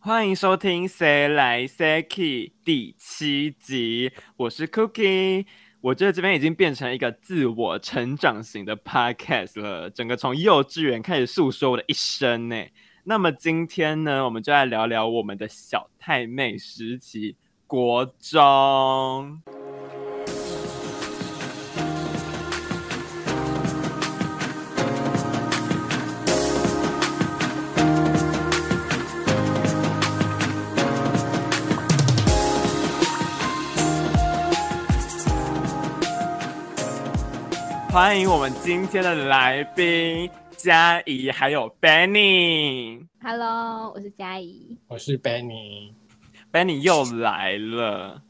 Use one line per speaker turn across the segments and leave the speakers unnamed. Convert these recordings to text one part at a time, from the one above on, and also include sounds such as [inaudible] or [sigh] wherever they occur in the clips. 欢迎收听《谁来谁去》第七集，我是 Cookie。我觉得这边已经变成一个自我成长型的 podcast 了，整个从幼稚园开始诉说我的一生呢。那么今天呢，我们就来聊聊我们的小太妹时期，国中。欢迎我们今天的来宾嘉怡还有 Benny。
Hello，我是佳怡。
我是 Benny，
Benny 又来了，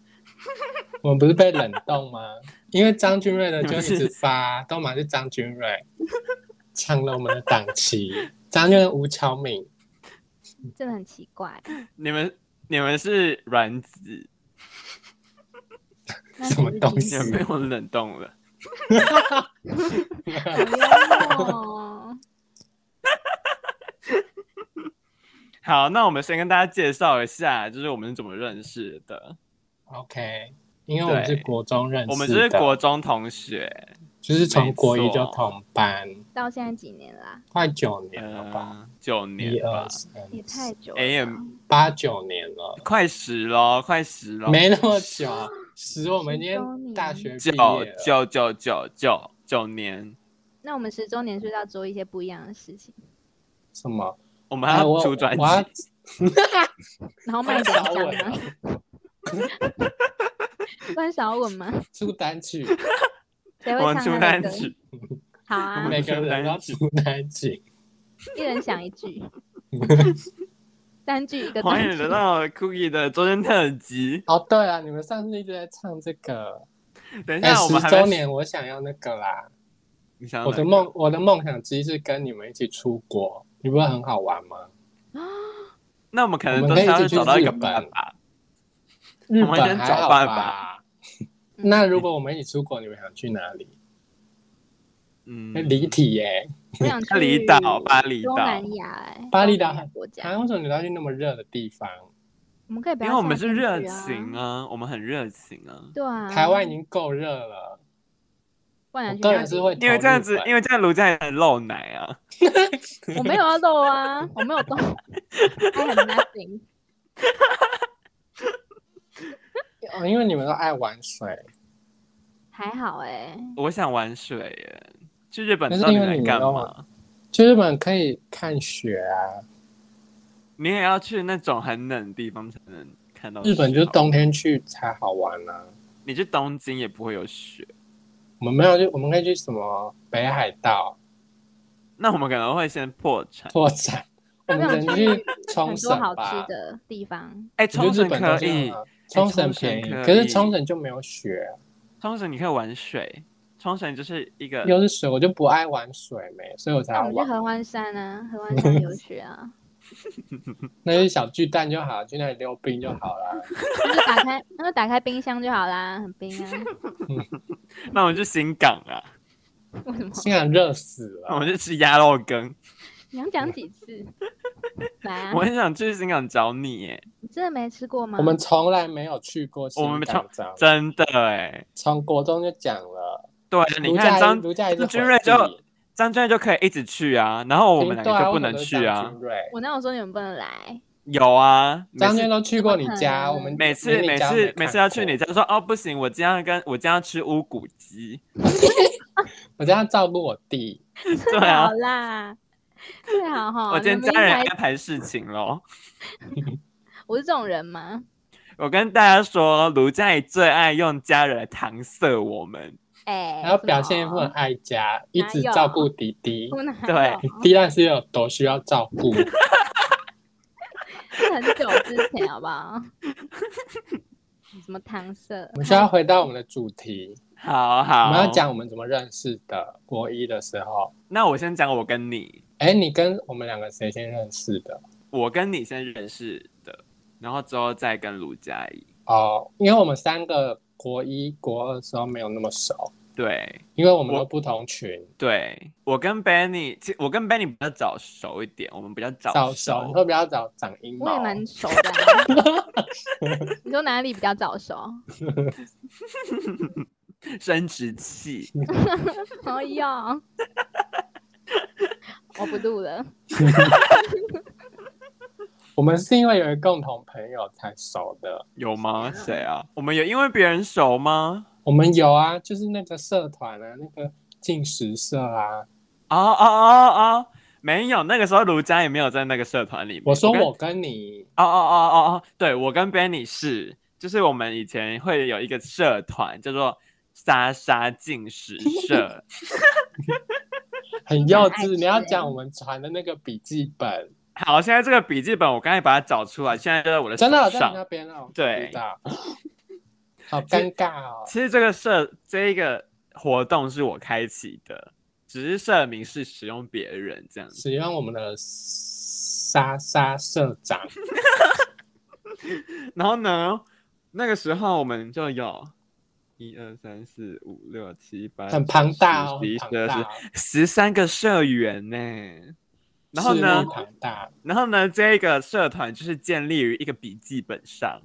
我们不是被冷
[laughs]
冻吗？因为张君瑞的就一
你
直
们是
发，都嘛是张君瑞抢了我们的档期。张君瑞、吴巧敏， [laughs] 嗯
真的很奇怪。
你们你们是卵子，
那
什么
是
东
橘
西
你
子
们没有冷冻了。
哦，
好，那我们先跟大家介绍一下，就是我们是怎么认识的。
OK，因为我们
对
是国中认识的，
我们就是国中同学，
就是从国一就
没错
同班，
到现在几年啦？
快九年了吧？
呃，九
一
年吧
二，三，
也太久了吧。
哎呀，
八九年了，
快十咯，快十哦咯，
没那么久。啊
[laughs]
十，我们今
十周年
天大学
九
毕业了，
九九九九九年，
那我们十周年是不是要做一些不一样的事情？
什么？
我们还
哎
要
我
出专辑
我，要
然后卖
关
奖
[laughs]
小
章
伟啊
吗？，关少文吗？
出单曲，
谁
我们
会唱
出
他
单
的歌？
曲，
好啊
我，们
每个人都要出单曲。
一人想一
[laughs]
句，单句一个
欢
单
迎
句
来。到 Cookie 的周间特辑。
哦，对啊，你们上次一直在唱这个，
等一
哎，
下，我
十
们还
周
没，
年我想要那个啦。
你想
我的
哪
梦，我的梦想其实是跟你们一起出国，你不会很好玩吗？
那我们可能
我
都是
们可以一
要
起去
找到一
日
个
本
办法。
日
我们先
本还
找
好
办
吧？
嗯
[laughs] 那如果我们一起出国，你们想去哪里？哎
嗯，
离体耶！
我想
巴厘
去
岛巴厘
东
岛
南亚，哎，
巴厘
东南
岛
亚国家，
啊，为什么你们要去那么热的地方？
我们可以不
因
要
为我们
夏
是热
天去啊
情。啊，我们很热情啊。
对啊，
台湾已经够热了，
不然
我
去
个
哪
人
里
是会
因为
投
这样
日
子，
本
因为这样卢嘉很漏奶啊。
[laughs] 我没有要露 [laughs] 啊，我没有动，还很 nothing。
哦，因为你们都爱玩水，
还好哎、
我想玩水耶，去日本
但是
到底
因为
来
你
干
要
嘛？
去日本可以看雪啊。
你也要去那种很冷的地方才能看到雪。哦
日本就是冬天去才好玩啊。
你去东京也不会有雪。
我们没有去，我们可以去什么北海道
那我们可能会先破产。
拓展，我
要不
们
然
只能
去
去
很
冲
多
绳
好
吧
吃。的地方，
哎、
我觉
冲
得
绳
日本都
可
这
以哎
样啊，冲
冲绳
绳便宜，
可
可是
以
冲绳就没有雪，
冲绳你可以玩水，冲绳就是一个
又是水，我就不爱玩水没，所以我才
那
要
我们去
玩。
合欢山啊，合欢山有雪啊，
那些小巨蛋就好，去那里溜冰就好
[laughs]
了。
那就打开，那就打开冰箱就好啦，很冰啊。
那我们去新港啊，
为什么？
现在热死
那我
了，
们去吃鸭肉羹。
你要讲几次？来啊
我，很想去新港找你耶，
你真的没吃过吗？
我们从来没有去过新
我们
港章，
真的哎。
从国中就讲了。
对，啊你
卢嘉
看
怡
张
卢嘉怡是
张君
回
瑞就
避
张俊就可以一直去啊，然后我们
哎
两
对啊
个就不
为什么
能
都是
去
张
啊
君。瑞
我哪有说你们不能来？
有啊，每
张娟
次
都去过你
不可
家，
能
我们
每次
连你
每
家都
次
没
每次
看
要去
过
你家说哦不行，我今天要跟我今天要吃乌骨鸡，
我家照顾我弟，
对
最
啊
好，啦，最好哈。
我今天
你们
家人
应
安
该
排事情咯。
我是这种人吗？
[laughs] 我跟大家说，卢嘉怡最爱用家人来搪塞我们，
哎、
然后
什
表现一副
么
很爱家，一
哪
直
有
照顾弟弟。
我哪
对
有
你弟当时有多需要照
[laughs]
顾，
是很久之前，好不好？ [laughs] 什么搪塞
我？们需要回到我们的主题，
好
我
好，
们要讲我们怎么认识的。国一的时候，
那我先讲我跟你，
哎，你跟我们两个谁先认识的？
我跟你先认识的，然后之后再跟卢嘉怡。
哦，因为我们三个国一、国二的时候没有那么熟，
对
因为我们
我
都不同群，
对，我跟 Benny，其实我跟 Benny 比较早熟一点，我们比较早
早熟你会比较早长阴
我也
毛，
蛮熟的啊、你说哪里比较早熟？
[laughs] 生殖器。
哎呀，我不录了。
我们是因为有一个共同朋友才熟的。
有吗？谁啊？我们有因为别人熟吗？
我们有啊，就是那个社团啊，那个进食社啊。
啊啊啊啊！没有，那个时候卢佳也没有在那个社团里面。
我说
跟
我跟你，
哦哦哦哦哦，对我跟 Benny 是，就是我们以前会有一个社团叫做莎莎进食
[laughs]
社，
很幼
很爱吃
[laughs]
稚，你要讲我们传的那个笔记本，
好，现在这个笔记本我刚才把它找出来，现在就在我的手
真的有在你那
上。
边哦，
对 [laughs]
知道好尴尬哦。
其实这个社这一个活动是我开启的，只是社名是使用别人这样子。
使用我们的莎莎社
[laughs]
长，
然后呢，那个时候我们就有一二三四五六七八，
很庞大
十
哦，很
一
庞
十二
大
十
哦，
十三个社员呢、然后
势
呢
力，庞大。
然后呢，这一个社团就是建立于一个笔记本上。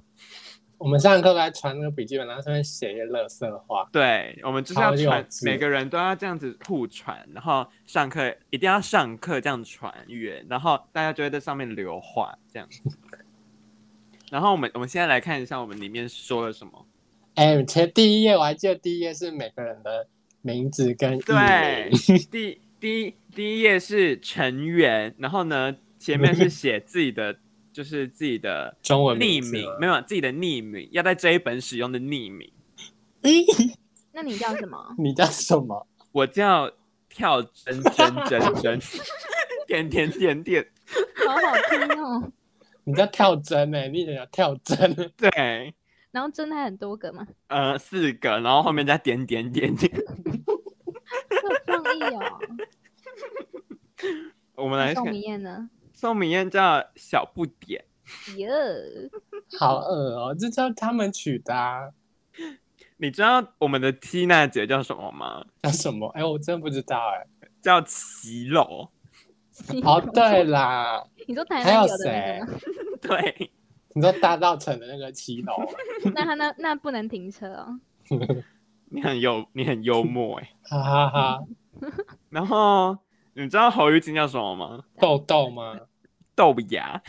我们上课都在传那个笔记本，然后上面写一些乐色话。
对，我们就是要
好幼
传，
稚
每个人都要这样子互传，然后上课一定要上课这样传阅，然后大家就会在上面留话这样子。 [laughs] 然后我们我们现在来看一下我们里面说了什么。
哎，前第一页我还记得第一页是每个人的名字跟艺
对
[laughs] 名，，
第第一第一页是成员，然后呢前面是写自己的，就是自己的
中文
匿
字
名
吗，
没有自己的匿名，要在这一本使用的匿名。
那你叫什么？
[laughs] 你叫什么？
我叫跳针针针针， [laughs] 点点点点，
好好听哦。
你叫跳针哎、你以前叫跳针，
对，
然后真的还很多个嘛，
呃，四个，然后后面加点点点点。
好有创意哦。
我们来看
宋，明艳呢？
宋明燕叫小不点，
耶、
[laughs] 好恶哦、这叫他们取的、啊，
你知道我们的缇娜姐叫什么吗？
叫什么？哎、我真不知道哎、
叫骑楼， [laughs]
哦，对啦，
[laughs] 你说台
还
南
有
有的
谁
那个？
对。
你说大道城的那个七楼，
那他那那不能停车哦。
你很幽，你很幽默哎、
哈哈哈，
嗯
然后你知道侯玉金叫什么吗？
豆豆吗？
豆芽，
啊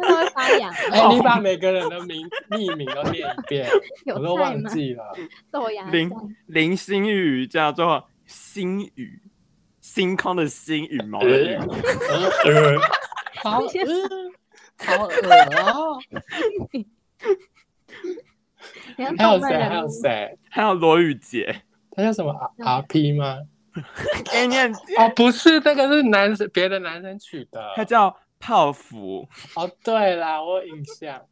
那他会发痒吗，
哎、你把每个人的名匿名都念一遍，我
[laughs] 有
都
菜
忘
吗？
记了。
豆芽
林
菜
林星宇叫做星宇，星空的星，羽毛的羽。
呃好恶，好恶哦！
你像
还有
动漫
谁？还
人嗯
有
物，
谁？
还有罗宇杰，
他叫什么 R R P 吗？
给你念，
哦，不是，这个是男生别的男生取的。
他叫泡芙。
哦，对啦，我有印象。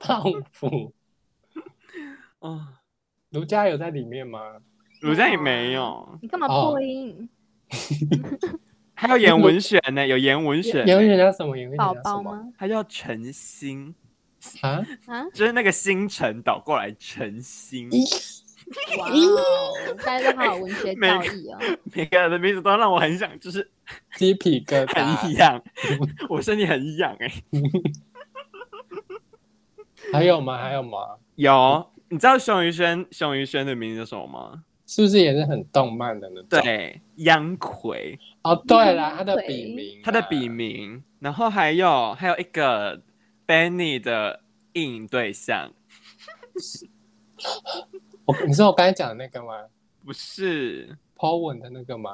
胖虎，
嗯，
卢家有在里面吗？
鲁佳也没有，
你干嘛
哦
破音？
还有严文选呢，有严文选，
有一点叫什么？有一点
宝
叫
宝
什么？
吗？
他叫陈星，
啊？ [laughs]
啊？
就是那个星辰倒过来陈星。
哇
哎
哦，大家都好有文学
每
造
个
诣哦。
每个人的名字都让我很想，就是
鸡皮疙
很
瘩。
痒， [laughs] 我身体很痒哎、
还有吗？还有吗？
有，你知道熊宇轩熊宇轩的名字叫什么吗？
是不是也是很动漫的那种？。
对，央葵，
哦，对啦，
嗯
他的
对
笔名啊，
他的笔名，然后还有还有一个 Benny 的应对象，
我你说我刚才讲的那个吗
不是
？Po 文的那个吗？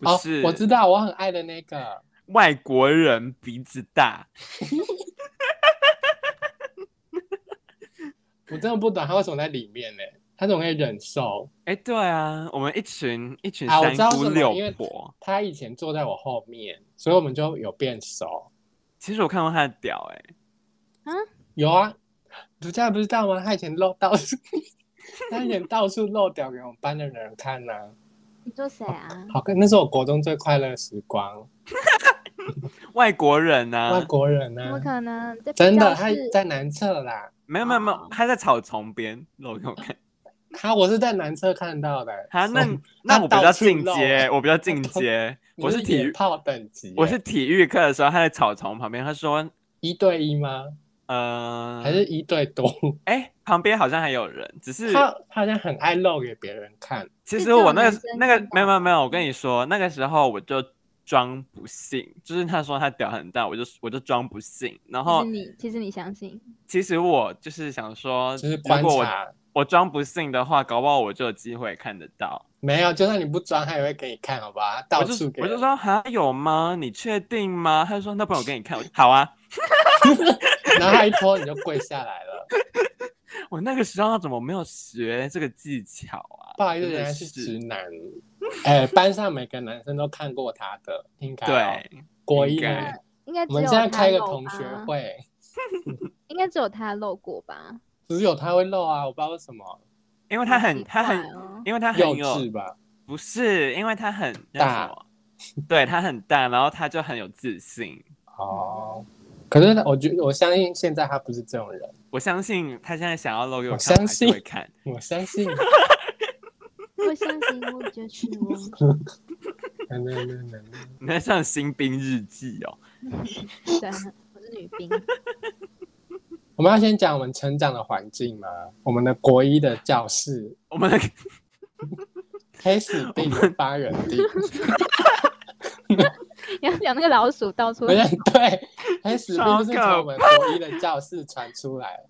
不是、
哦，我知道，我很爱的那个。
外国人鼻子大，
我真的不懂他为什么在里面呢、他怎么可以忍受？
哎，对啊，我们一群一群
啊我
三
知道
姑
什么
六
因为
婆，
他以前坐在我后面，所以我们就有变熟。
其实我看过他的屌、哎，
有啊，卢嘉不知道吗？他以前漏到， [laughs] 他以前到处漏屌给我们班的人看啊呐、
你说谁啊？
好看，那是我国中最快乐的时光。
外国人啊
外，国人
怎么
呢、啊？
可能？这
真的，
比较
他
是
在南侧啦。
没有没有没
啊
有
哦，
他在草丛边露给我
[laughs]
看。
他我是在男厕看到的，
他啊那
所以
那我比较
到处
进
露
阶，我比较进
到处
阶。我
[laughs] 你
是
是
体
野
育，
炮等级耶，欸
我是体育课的时候，他在草丛旁边，他说
一对一吗？：“
呃，
还是一对多？
哎、旁边好像还有人，只是
他他好像很爱露给别人看，
其
是
实
这
我
种
那
男
个
生
那个
看
没有没
到
有没有，我跟你说，那个时候我就装不信，就是他说他屌很大，我就我就装不信。然
其
后
实你其实你相信，
其实我就是想说，
就是
如
观
果我
察。
我装不信的话，搞不好我就有机会看得到。
没有，就算你不装，他也会给你看，好吧？他
我
到
就
处给
我
人
就说哈有吗？你确定吗？他就说那不然我给你看，我就好啊。
然后他一脱你就跪下来
[laughs]
了。
我那个时候怎么没有学这个技巧啊？
不好意思，
真的
人家是
是
直男。哎，班上每个男生都看过他的，应该哦
对，
国一
应该
男。
应该只有
我们现在
他
开个
漏
同学
吧，
会，
应该只有他漏过吧？
只有他会露啊，我不知道为什么，
因为他
好
很
奇
他很
怪哦
因为他很
幼
有
稚吧？
不是，因为他很那
大
什么，对他很大，然后他就很有自信。
哦，可是我觉我相信现在他不是这种人，
我相信他现在想要露给
我
我看，
相
还是
信
会看。
我相信。
我相信我就是
[laughs]
我。
嗯嗯嗯嗯
你在上新兵日记哦，
对，啊我是女兵。
我们要先讲我们成长的环境吗？我们的国一的教室，
我们的
黑死病的发源地，
你要讲那个老鼠到处
我想对，黑死病就是
超可
从我们国一的教室传出来。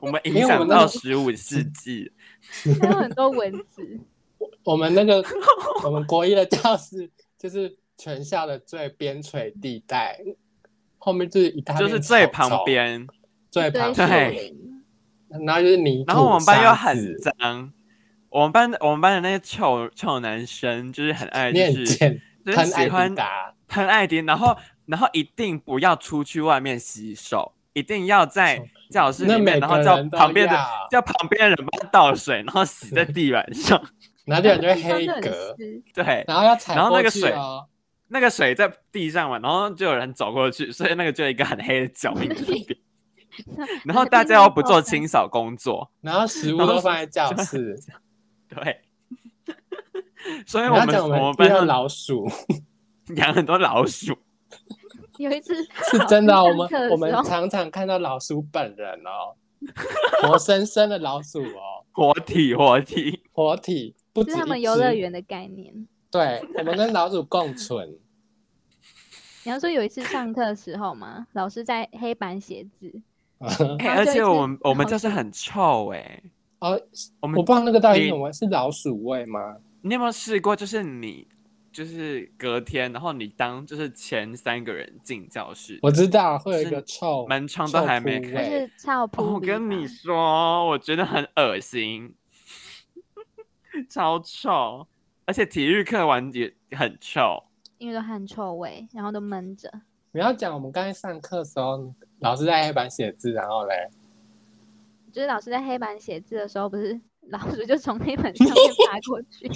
我们
因为
影
我
响
们那
到
时
十五世纪，
还有很多蚊
[laughs]
子，
我们那个我们国一的教室就是全校的最边陲地带，后面就是一大片
就是最
草
旁边。
最
对，
旁
树
对
边，
林，
然后就是泥土，
然后我们班又
沙
很
子
脏，我们班我们班的那些臭臭男生就是很爱，就
你很
是
贱，
就是
喷
喜
爱
欢
迪达，
喷艾迪，然后然后一定不要出去外面洗手，一定要在教室
那
里面，
每
然后
个
叫
人都
旁边的
要
叫旁边的人帮他倒水，然后洗在地板上。 [laughs]
然后就感觉
地上
黑
就很
格，
湿
对，
然后要踩
然后那
过
个
去
水
哦。
那个水在地上嘛，然后就有人走过去，所以那个就有一个很黑的脚印在 [laughs] 那边。然后大家又不做清扫工作，
然后食物
然后
都放在教室，
对。 [laughs] 所以
然
我
后
们
讲我
我
们
们班
遇到
上
老鼠 [laughs]
养很多老鼠，
有一次
是
[laughs]
真的哦，我
上课的
们
时
我们
候
常常看到老鼠本人哦，活生生的老鼠哦，
活体活体。
活体不
就
止
是他们
一
游乐
只，
园的概念。
对我们跟老鼠共
[laughs]
存，
你要说有一次上课的时候嘛，老师在黑板写字，
嗯
哎、
然后
而
就一
且
只
我们我们
老
教室
鼠
很臭哎、
哦，
我们
我不知道那个到底
你
是什么，是老鼠味吗？
你有没有试过？就是你，就是隔天，然后你当就是前三个人进教室，
我知道会有一个
是
臭，
门窗都还没开
臭扑。
就
味
是超扑、
哦我跟你，说，我觉得很恶心， [laughs] 超臭，而且体育课完也很臭。
因为都汗臭味，然后都闷着。
你要讲我们刚才上课的时候，老师在黑板写字，然后嘞，
就是老师在黑板写字的时候，不是老鼠就从黑板上面爬过去，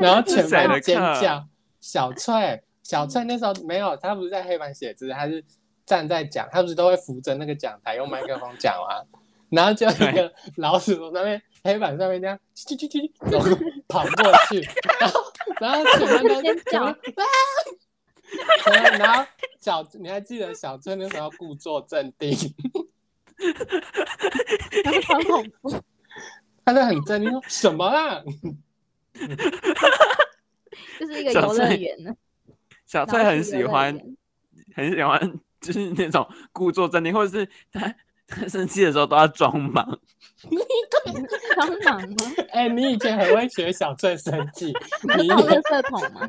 然后
是
全
谁
班
的
尖
课
叫。小翠，小翠那时候没有，她不是在黑板写字，她是站在讲，她不是都会扶着那个讲台用麦克风讲吗？然后就有一个老鼠从那边黑板上面这样啾啾啾啾走过跑过去，然后然后全班都
尖叫
啊，然后然后小你还记得小翠那时候故作镇定，
然后超恐怖。
她就很镇定说什么啦？
就是一个
小
游乐
翠
园呢，
小
老
翠很
鼠
喜
游乐
欢，
园
很喜欢，就是那种故作镇定，或者是她她生气的时候都要装忙。
蟑螂吗？
哎、你以前很会学小翠生
[laughs]
气，你
倒垃圾桶吗？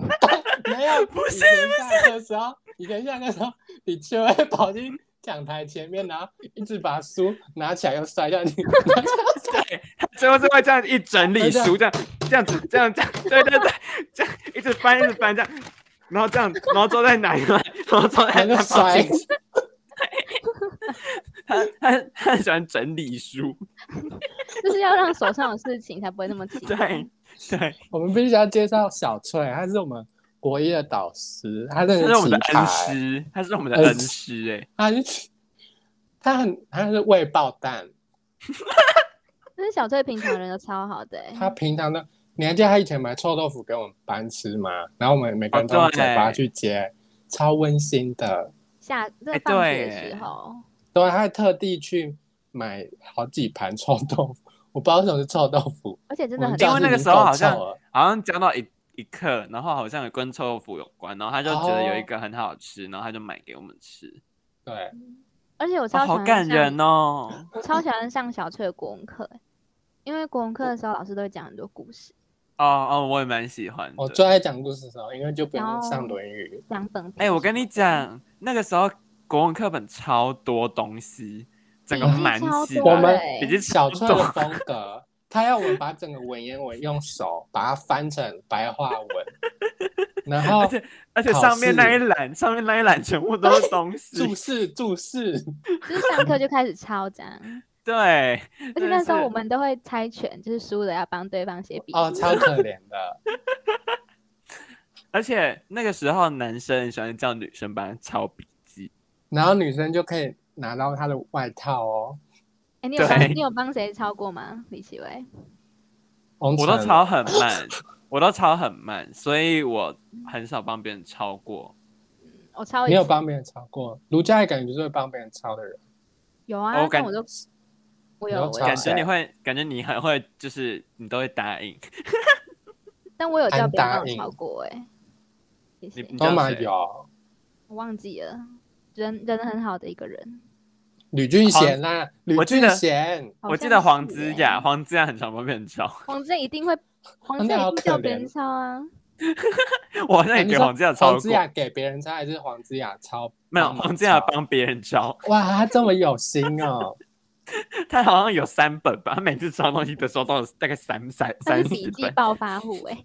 没有，不是下课的时候，以前下课的时候，你就会跑进讲台前面，然后一直把书拿起来又摔下去。
最后是会这样一整理
对哦对
书，这样这样子，这样这样，对对对，这样一直翻一直翻这样，然后这样，然后之后再拿一来， [laughs] 然后之后再再
然后就
放
摔
进，去。他他他很喜欢整理书，
就是要让手上有事情才不会那么奇怪。
对对，
我们必须要介绍小翠，她是我们国一的导师，他欸呃真
他
的
是我
是
们的
奇
恩
才，
师，他是我们的
恩
恩师哎、
他是他很他是未爆弹，
但是小翠平常人都超好的、欸，
他平常的，你还记得他以前买臭豆腐给我们班吃吗？然后我们每个人都
哦
用
对
嘴巴去接，超温馨的。
下这
哎
放
对
学的时
欸
候，
对，他还特地去买好几盘臭豆腐，我不知道为什么是臭豆腐，
而且真
我
的
们
很
因
教
为
室
那个
已经
时候
够
好像
臭了
好像讲到一一刻，然后好像有跟臭豆腐有关，然后他就觉得有
哦
一个很好吃，然后他就买给我们吃，
对，
嗯
而且我超
哦、
喜
好
欢啊
感
上
人哦。
我超喜欢上小翠的国文课欸，因为国文课的时候老师都会讲很多故事，
哦哦，我也蛮喜欢
我
的。
最爱讲故事的时候，因为就不
然
用
后
上《
[laughs]
论语
讲本。
哎、我跟你，讲，那个时候国文课本超多东西，整个
笔记
满
超
起来，
多欸
我们
的
笔记》。
嗯小
超
翠的
多。
风格，他要我们把整个文言文用手把它翻成白话文，然后
[laughs] 而且而且
考
上面那
试
一栏，上面那一栏全部都是东
注 [laughs]
西，
释注释。
就是 [laughs] 上课就开始抄这样，
对，
而且
真
那
的
时候
是
我们都会猜拳，就是输的要帮对方写笔记。
哦，超可怜的。
而且那个时候男生很喜欢叫女生帮他抄笔记，
然后女生就可以拿到她的外套哦。
哎、你有
对
帮你有帮谁抄过吗？李奇微，
我
我都抄很慢，我都抄很慢，所以我很少帮别人抄
哦
过。
我抄
你
一
有
次，
帮别人抄过？卢嘉也感觉就是会帮别人抄的人。
有啊，
哦我
但
感
我都我
你
有
有
我
抄
感
有，
觉你会，感觉你很会，就是你都会答应。
但我有叫
安
别人
答
帮我
应
抄过哎、谢谢，
你叫
都马
谁
有
我忘记了，人人很好的一个人，
吕俊贤
啊
啦，吕
我记
俊
得
贤，
好
我记
像
得黄
是
之
欸
雅，黄之雅很常帮别人抄，
黄志一定会，黄
哦那
志一
好
定
可
叫别
怜
人抄啊。
[laughs] 我好像也
哎你
给
说
黄之雅抄
黄之
过
雅。给别人抄还是黄之雅抄？
没有，
帮忙
黄之雅
抄
帮别人抄，
哇，他这么有心哦！
他好像有三本吧，他每次抄东西的时候都有大概三三
他
三
是
四
笔记
本，
暴发户
[laughs]
哎、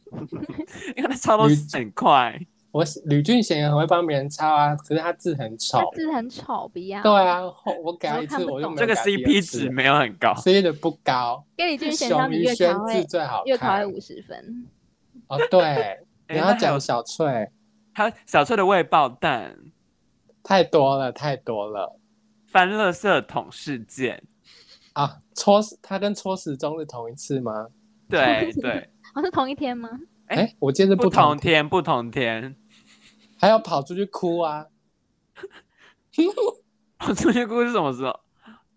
因为他抄东西很快。
我吕俊贤也很会帮别人抄啊，可是他字很丑
他。字很丑，不要。
对，啊，后我给他一
我
次
都看不
我就没
这
有
个
给他第二
CP
次
值没有很高，
，C 的不高。
跟李俊贤他
熊
们
于
越
轩
考
字
会
最好
越考会
看
五十分，
哦，
[laughs]
对，
哎
你要
那还有
讲小翠
还有小翠的未爆弹、
太多了，太多了。
翻垃圾桶事件，
啊，戳死他跟戳死钟是同一次吗？ [laughs]
对对，
哦是同一天吗？
哎
哎、我记得是
不
不
同
同，
天不同天，
还要跑出去哭啊！ [laughs]
我 [laughs] 出去哭是什么时候？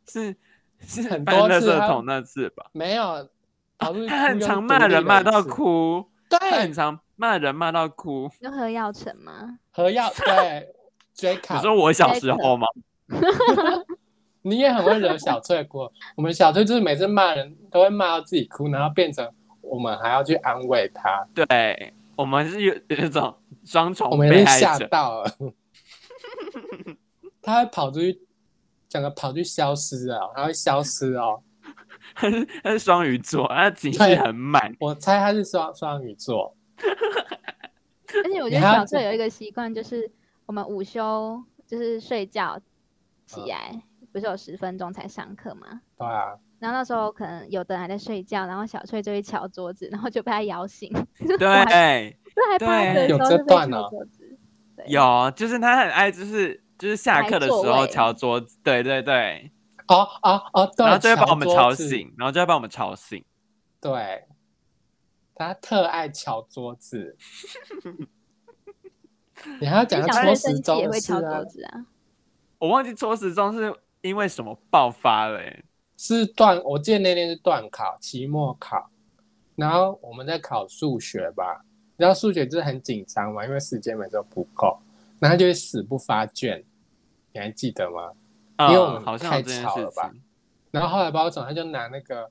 是是
很
翻
多
垃
次
圾
他
桶那次吧？
没有，跑出去哭
他很
又
常
是
骂
独立
人
的
骂
一
到
次。哎
哭，他很
对，
常骂人骂到哭。
就喝药成吗？
何耀对 j a
你
c
说我小时候吗？
你也很会惹小翠哭。我们小翠就是每次骂人都会骂到自己哭，然后变成我们还要去安慰她，
对，我们是有有一种双
我
重
们
被
也
害
吓
者。[laughs]
到了。他会跑出去，整个跑去消失哦，他会消失哦。
他是他是双鱼座，他情绪
对
很
[laughs]
满。
我猜他是双双鱼座，
而且
[laughs]
我
你
觉得
还
小
要
时候有一个习惯，就是我们午休就是睡觉起
嗯
来，不是有十分钟才上课吗？
对啊。
然后那时候可能有的人还在睡觉，然后小翠就会敲桌子，然后就被他摇醒。 [laughs]
对，
这还趴
对
着的时
有
候
这
就被
段
敲
哦
桌子。对，
有就是他很爱，就是就是下
排
课的时
座
候
位
敲桌子，对对对，
哦哦哦，对，
然后就会把我们
敲
吵
桌子。
醒，然后就会把我们吵醒。
对，他特爱敲桌子。你还要讲
其实
他
小
戳
翠
时
生气
钟
也
的
会
事
敲桌
啊，
子啊。
我忘记戳时钟是因为什么爆发了、欸，
是断，我记得那天是断考，期末考，然后我们在考数学吧，你知道数学就是很紧张嘛，因为时间每次都不够，然后就会死不发卷，你还记得吗？因为我
嗯，
们
好像有这件
太吵
事
了吧
情，
然后后来包总他就拿那个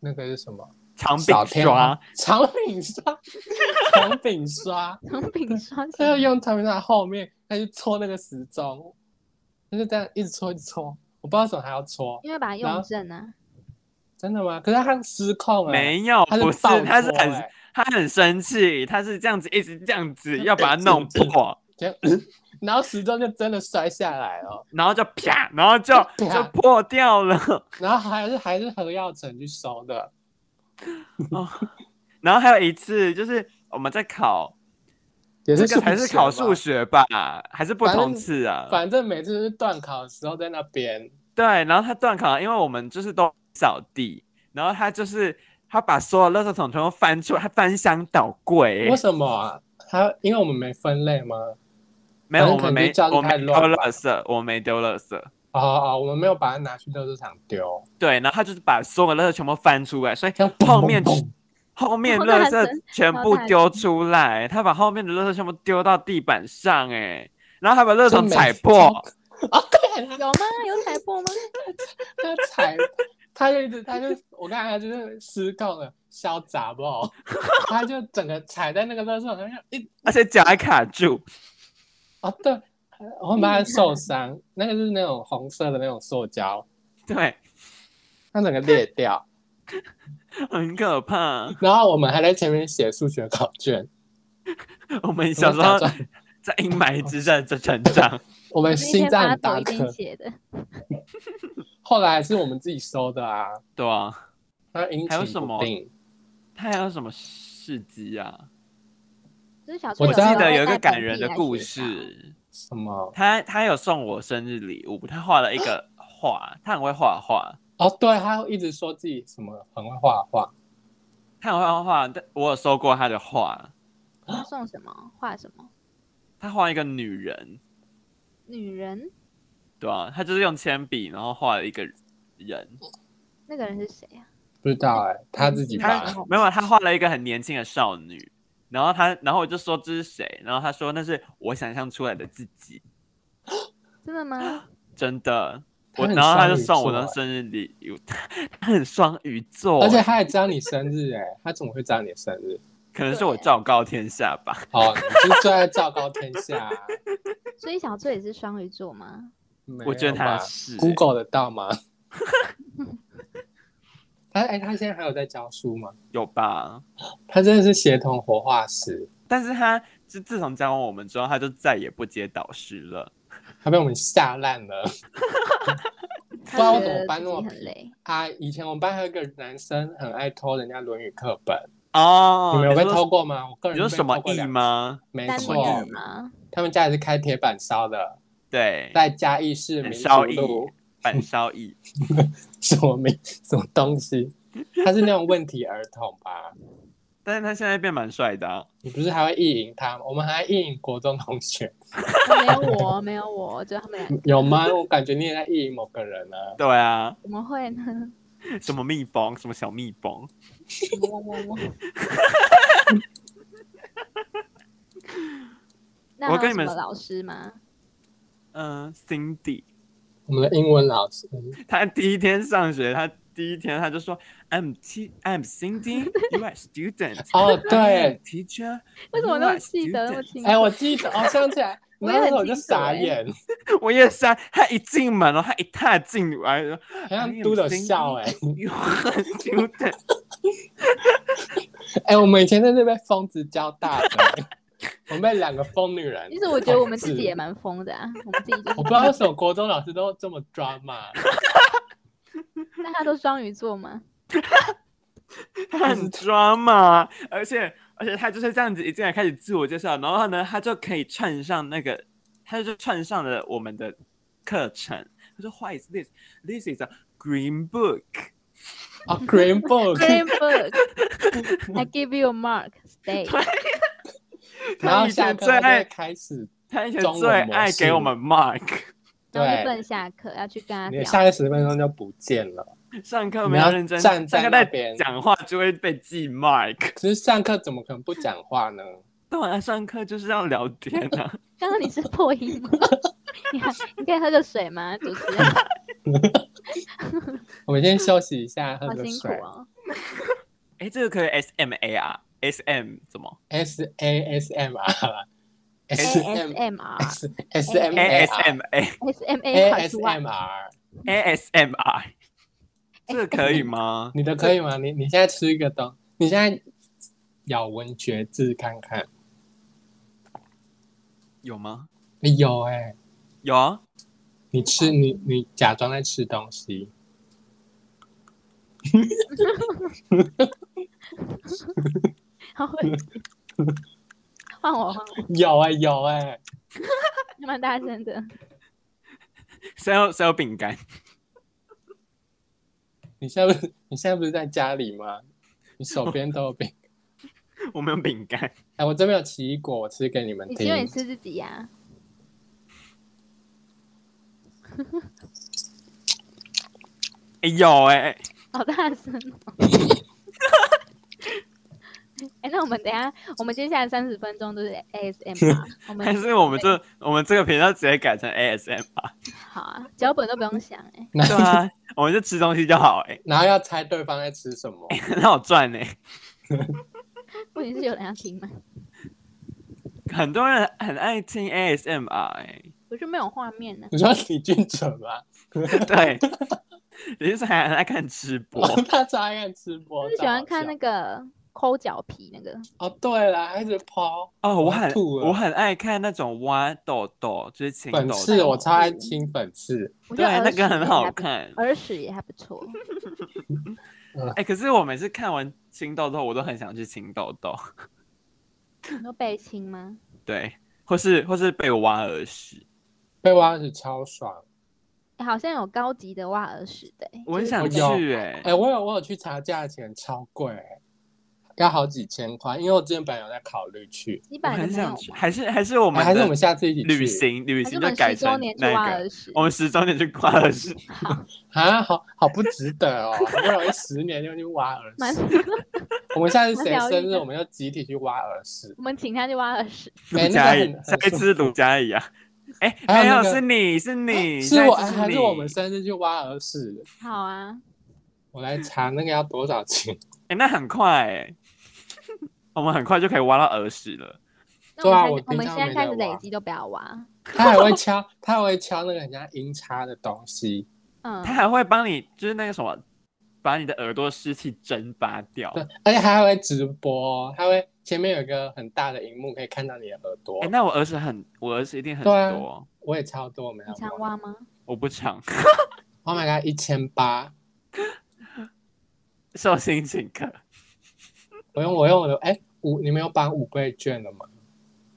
那个是什么
长
小
柄
天
刷
花，长柄刷， [laughs] 长柄刷。
从饼刷
他要
起，
用他们在后面，他就戳那个时钟，他就这样一直戳一直戳，我不知道为什么还要戳，
因为把它
然
用
后
正啊。
真的吗？可是他失控了、
没有，
他
不是，
爆戳、
他是很
欸，
他很生气，他是这样子一直这样子要把它弄破，
这样然后时钟就真的摔下来了，
然后就啪，然后就
就
就
啪
破掉了，
然后还是还是何耀成去收的，
然后还有一次就是我们在考
也是
这个才是
数学
考
吧
数学吧？还是不
反
同
正
次啊？
反正每次就是断考的时候在那边，
对，然后他断考，因为我们就是都扫地，然后他就是他把所有垃圾桶全部翻出来，他翻箱倒柜、
为什么啊？他因为我们没分类吗？
没有，
反正
我
可
们
能
没
就教，室
我
太
没丢
乱
垃圾，我没丢垃圾。
哦哦，我们没有把它拿去垃圾场丢，
对，然后他就是把所有的垃圾全部翻出来，所以
像
后面
砰砰砰
[laughs] 后面
然后
垃
他
圾
整
全
然后
部
他
丢出来，他把后面的垃圾全部丢到地板上、哎，然后还把垃圾
就
桶
每
踩
次
破，
啊！对，他
有吗？有踩破吗？
他踩，他就一直，他就我看他就是失控了，潇洒
[laughs]
不好？他就整个踩在那个垃圾桶上，一
而且脚还卡住。
啊对，我很怕他受伤，那个就是那种红色的那种塑胶，
对，
它整个裂掉。
很可怕。
然后我们还在前面写数学考卷，
我们
我
小
们
时
打
候
算
[laughs] 在阴霾之下在成长。
我们
我一
心
边发
脏
抖
打
一边
嗝，
写的，
后来还是我们自己收的啊，
对啊，
那阴
还有
晴
什么
不定。
他还有什么事迹啊？
就是小时
我
我
候有
记
知道
时候
得有一
带
个感
本
人
地
的
来
故
学校，
事，
什么？
他他有送我生日礼物，他画了一个画，他很会画画，
哦，对，他一直说自己什么很会画画，
他很会画画，但我有收过他的画，
他送什么画什么
他画一个女人，
女人，
对啊，他就是用铅笔然后画了一个人，
那个人是谁啊呀？
不知道哎、他自己
嗯他
吧。
没有他画了一个很年轻的少女，然后他然后我就说这是谁，然后他说那是我想象出来的自己，
真的吗？
真的。
他
我
很
然后他就
双鱼
送我
座
的
欸
生日礼物，他很双鱼座，
而且他还知道你生日哎、他怎么会知道你的生日？
可能是我昭告天下吧。
哦，你是最爱昭告天
[laughs]
下、啊，
所以小翠也是双鱼座吗？
没有
我觉得他
吧
是欸
Google 得到吗？他哎、他现在还有在教书吗？
有吧，
他真的是协同活化石，
但是他自自从交往我们之后，他就再也不接导师了。
他被我们吓烂了。
他
知
觉
道我怎么
得
搬
自
那
己
么
很
皮
累，
啊，以前我们班还有一个男生很爱偷人家《论语》课本，
哦，
你们有被偷
说？
过吗？我个
你说
人被
什么
偷过
意
两次？
吗？
没
单
错，
面吗？
他们家也是开铁板烧的，
对，
在嘉义市民
哎烧
族
意 [laughs]
哦
路。
板烧意，
什么名什么东西？他是那种问题儿童吧？
但是他现在变蛮帅的、啊。
你不是还会意淫他吗？我们还意淫国中同学， [laughs]
哦没有我，没有我，就他们俩
有吗？我感觉你也在意淫某个人啊。
对啊，
怎么会呢？
什么蜜蜂，什么小蜜蜂，
么么么。那
我
还有
跟你
什
们
么老师吗？
嗯、c i n d y
我们的英文老师，。
他第一天上学，他第一天他就说，I'm t I'm
[laughs]
Cindy, you are student
哦
I am
对，
，teacher，
为什么
you
那
are
么记得那么
student
清楚？
哎，我记得，哦，想起来，
[laughs] 我
然
也很
后那时候我
清
就
楚
傻
哎
眼，
我也是啊，他一进门哦，他一踏进来，哦
好像嘟的笑哎
有 [laughs] 很久的，
[laughs] 哎，我们以前真是被疯子教大的， [laughs] 我们被两个疯女人
其，实我觉得我们自
是
己也蛮疯的啊，我们自己就
我不
是，
知道为什么国中老师都这么抓嘛，
那他都双鱼座吗？
他 [laughs] 很
嗯
抓嘛，而且而且他就是这样子一进来开始自我介绍，然后呢，他就可以串上那个，他就串上了我们的课程。他说，What is this? This is a green book。
啊，Green Book，
[laughs]
Green book,
[laughs]
I give you a mark, stay。
然
他
后
以
下
前
课
最
他就会
爱，
开始，
他以前
中文
最
模
爱给
式
我们 mark。 [laughs]
然后就不
对
能下课，要去跟他
你的
聊。
下课十分钟就不见了。
上课
你
没有
要
认真，
站
上
在
课
那
在
边
讲话就会被记 mark。
可是上课怎么可能不讲话呢？
对啊，上课就是要聊天啊。
刚刚你是破音吗？你还你可以喝个水吗，主持人？
[laughs] 我们先休息一下，喝
好
个
辛苦
水。
哦。
哎，这个可以 S M A 啊，S M 怎么
S A S M R S M
ASMR,
S S M
A S M A
SMA 好
A S
出
M R，
A S M I？这个可以吗？
你的可以吗？你你现在吃一个东，你现在咬文嚼字看看。
有吗？
哎有哎、
有啊，
你吃你你假装在吃东西，
好会。换我换我，
有哎、有哎、
还蛮大声的。
谁有谁有饼干？
你现在不是你现在不是在家里吗？你手边都有饼。
我没有饼干，
哎，我这边有奇异果，我吃给你们
你
听
希。望你吃自己呀、
哎、有哎、哎
好大声、哦！哎、那我们等一下，我们接下来三十分钟都是 ASMR，
还
我
[laughs]
们
是我们这我们这个频道直接改成 ASM 吧？
好啊，脚本都不用想哎、
然
对
后 [laughs]
啊，我们就吃东西就好哎、
然后要猜对方在吃什么。
很好赚哎、
问题是有人要听吗？
很多人很爱听 ASM r 哎、
我就没有画面呢、
你说李俊哲吗？
对， [laughs] 你是还很爱看直
[laughs]
播，
他超爱看吃播，
就是喜欢看那
个。
个抠脚皮那个，
哦，对了，还是抛
哦，我很
吐了
我很爱看那种挖豆豆，就是青
粉
豆
刺，
豆，
我超爱
嗯
听粉刺。
我觉
对
得，
那
儿
个
时
很
也
好
还不，
看。
儿时也还不错。
哎、可是我每次看完青豆豆，我都很想去青豆豆，
你说背青吗？
对，或是或是被挖耳屎。
被挖是超爽。
哎、好像有高级的挖耳屎的、欸，
我很
就是
想
那
去
种
有
哎、
哎、我有我有去查价钱，超贵、要好几千块。因为我之前本来有在考虑去，
你
我
本来
很
就没有
想
嘛
去，还是还是我
哎
们
还是
的
我们下次一起去
旅行旅
还是
行
我
就
们
改
十周
成
年去挖
那个哦
耳，屎
我？们十周年
[laughs]
去挖耳屎，
啊？好好不值得哦，不容易十年就去挖耳
蛮 [laughs]
屎。我们下次
蛮
谁
疗愈
生日，
的
我们就集体去挖耳屎。
我们请他去挖耳屎，
卢
哎
嘉
那
怡
个很，
下一次卢嘉怡啊，哎、
还
没
有
有、
那个
是你是你，
是
下一
我
次
哎
是
还是我们
你
生日去挖耳屎？
好啊，
我来查那个要多少钱？
哎、那很快哎、 [laughs] 我们很快就可以挖到耳屎了。
那
对啊
我们
我平
现在我
常
们现在
没
开始
在挖
累积都不要挖，
他还会敲，他还会敲那个很像音叉的东西。
嗯
他，还会帮你，就是那个什么，把你的耳朵湿气蒸发掉。
对，而且还会直播哦，他会前面有一个很大的荧幕，可以看到你的耳朵。
哎、那我耳屎很，我耳屎一定很
对啊
多，
我也超多，没有
你常
忘。
挖吗？
我不尝，
Oh my god，一千八！
寿星请客。
我用我用我的哎五，你们有绑五倍券了吗？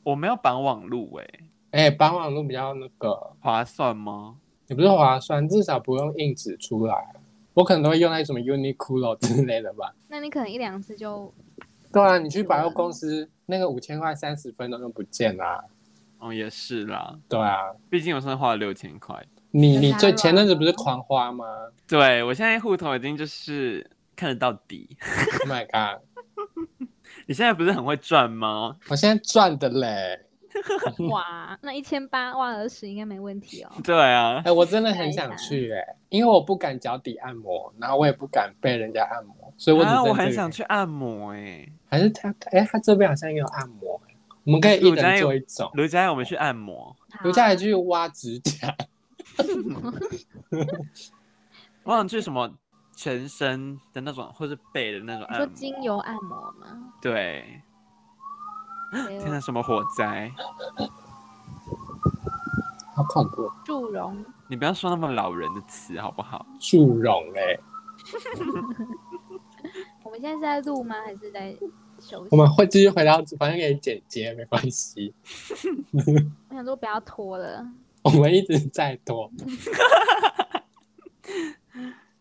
我没有绑网路哎、
哎，绑网络比较那个，
划算吗？
也不是划算，至少不用硬纸出来。我可能都会用在什么 Uniqlo 之类的吧。
那你可能一两次就
[laughs] 对啊，你去百货公司那个五千块三十分钟就不见啦、
哦，也是啦，
对啊，
毕竟我现在花了六千块。
你你
很
最
难
前阵子
玩
不是狂花吗
对我现在户头已经就是看得到底。
？Oh my god！
你现在不是很会赚吗？ [laughs]
我现在赚的嘞。
啊
哇，啊那一千八挖耳屎应该没问题哦。
对啊
哎、，我真的很想去哎、因为我不敢脚底按摩，然后我也不敢被人家按摩，所以我只
啊，
在
我
这
很
里
想去按摩哎、
还是他哎、他这边好像也有按摩、哎我们可以一
我家
人
有啊
做一种，
卢佳，我们去按摩。
好
留下来去挖指甲，
我想去什么全身的那种，或是背的那种
你说
按摩。
精油按摩吗？
对，
还
天哪，
有
什么火灾？
好恐怖，
祝融，
你不要说那么老人的词好不好？
祝融哎、
我们现在是在录吗？还是在休息
我？们会继续回到，反正可以剪接，没关系，
我想说不要拖了，
我们一直在多，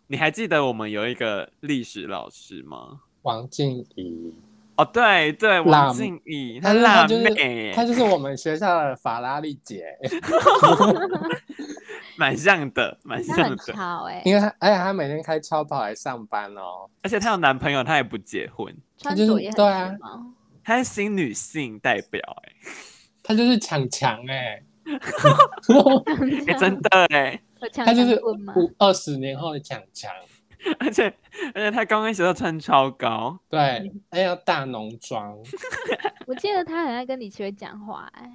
你还记得我们有一个历史老师吗？
王静怡，
哦，对对，
辣
王静怡，她
是
辣
她就是
妹
她
耶，
就是我们学校的法拉利姐，
蛮像的，蛮
那
像
很
的。
吵哎、
因为她而且她每天开超跑来上班哦，
而且她有男朋友，她也不结婚，
穿
就是
着也很时
对啊
髦。
[laughs] 她是新女性代表哎、
她就是强强哎。
哎
[laughs]
真的哎、
有强
他就
强
是
棍吗？
五二十年后的强强，
而且而且她高跟鞋都穿超高，
对，还要大浓妆。
我记得他很爱跟李奇伟讲话哎、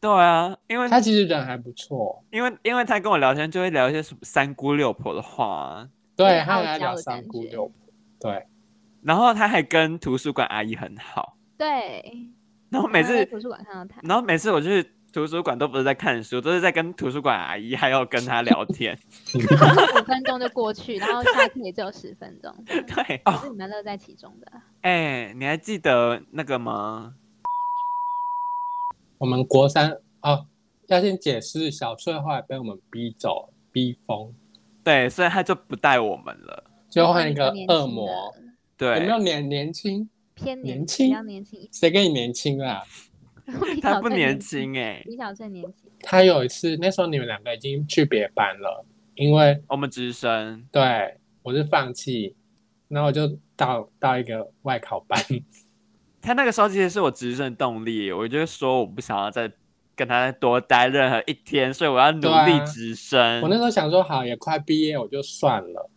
对啊，因为
他其实人还不错，
因为因为她跟我聊天就会聊一些什么三姑六婆的话啊、
对
点
他
傲
很爱
娇
聊
的
三
感
姑
觉
六婆，对，
然后她还跟图书馆阿姨很好，
对，
然后每
我还在
次
嗯
图书馆看
[laughs]
到他，
然后每次我去图书馆都不是在看书，都是在跟图书馆阿姨还有跟她聊
[laughs]
天。
五分钟就过去，然后下课也只有十分钟，
对
可
哦，
是啊你们乐在其中的。
哎、你还记得那个吗？
我们国三哦，要先解释，小翠后来被我们逼走，逼疯，
对，所以他就不带我们了。
就换一个
年轻
恶
的
魔。有
对
没，有年年轻？
偏
年
年
轻
比较年轻一点。
谁跟你年轻啊？
[laughs]
比
他
较
不
最
年，轻哎、
比较最年轻。
他有一次，那时候你们两个已经去别班了，因为
我们直升，
对我是放弃，然后我就到到一个外考班，
他那个时候其实是我直升的动力，我就说我不想要再跟他多待任何一天，所以我要努
对啊
力直升。
我那时候想说，好，也快毕业，我就算了。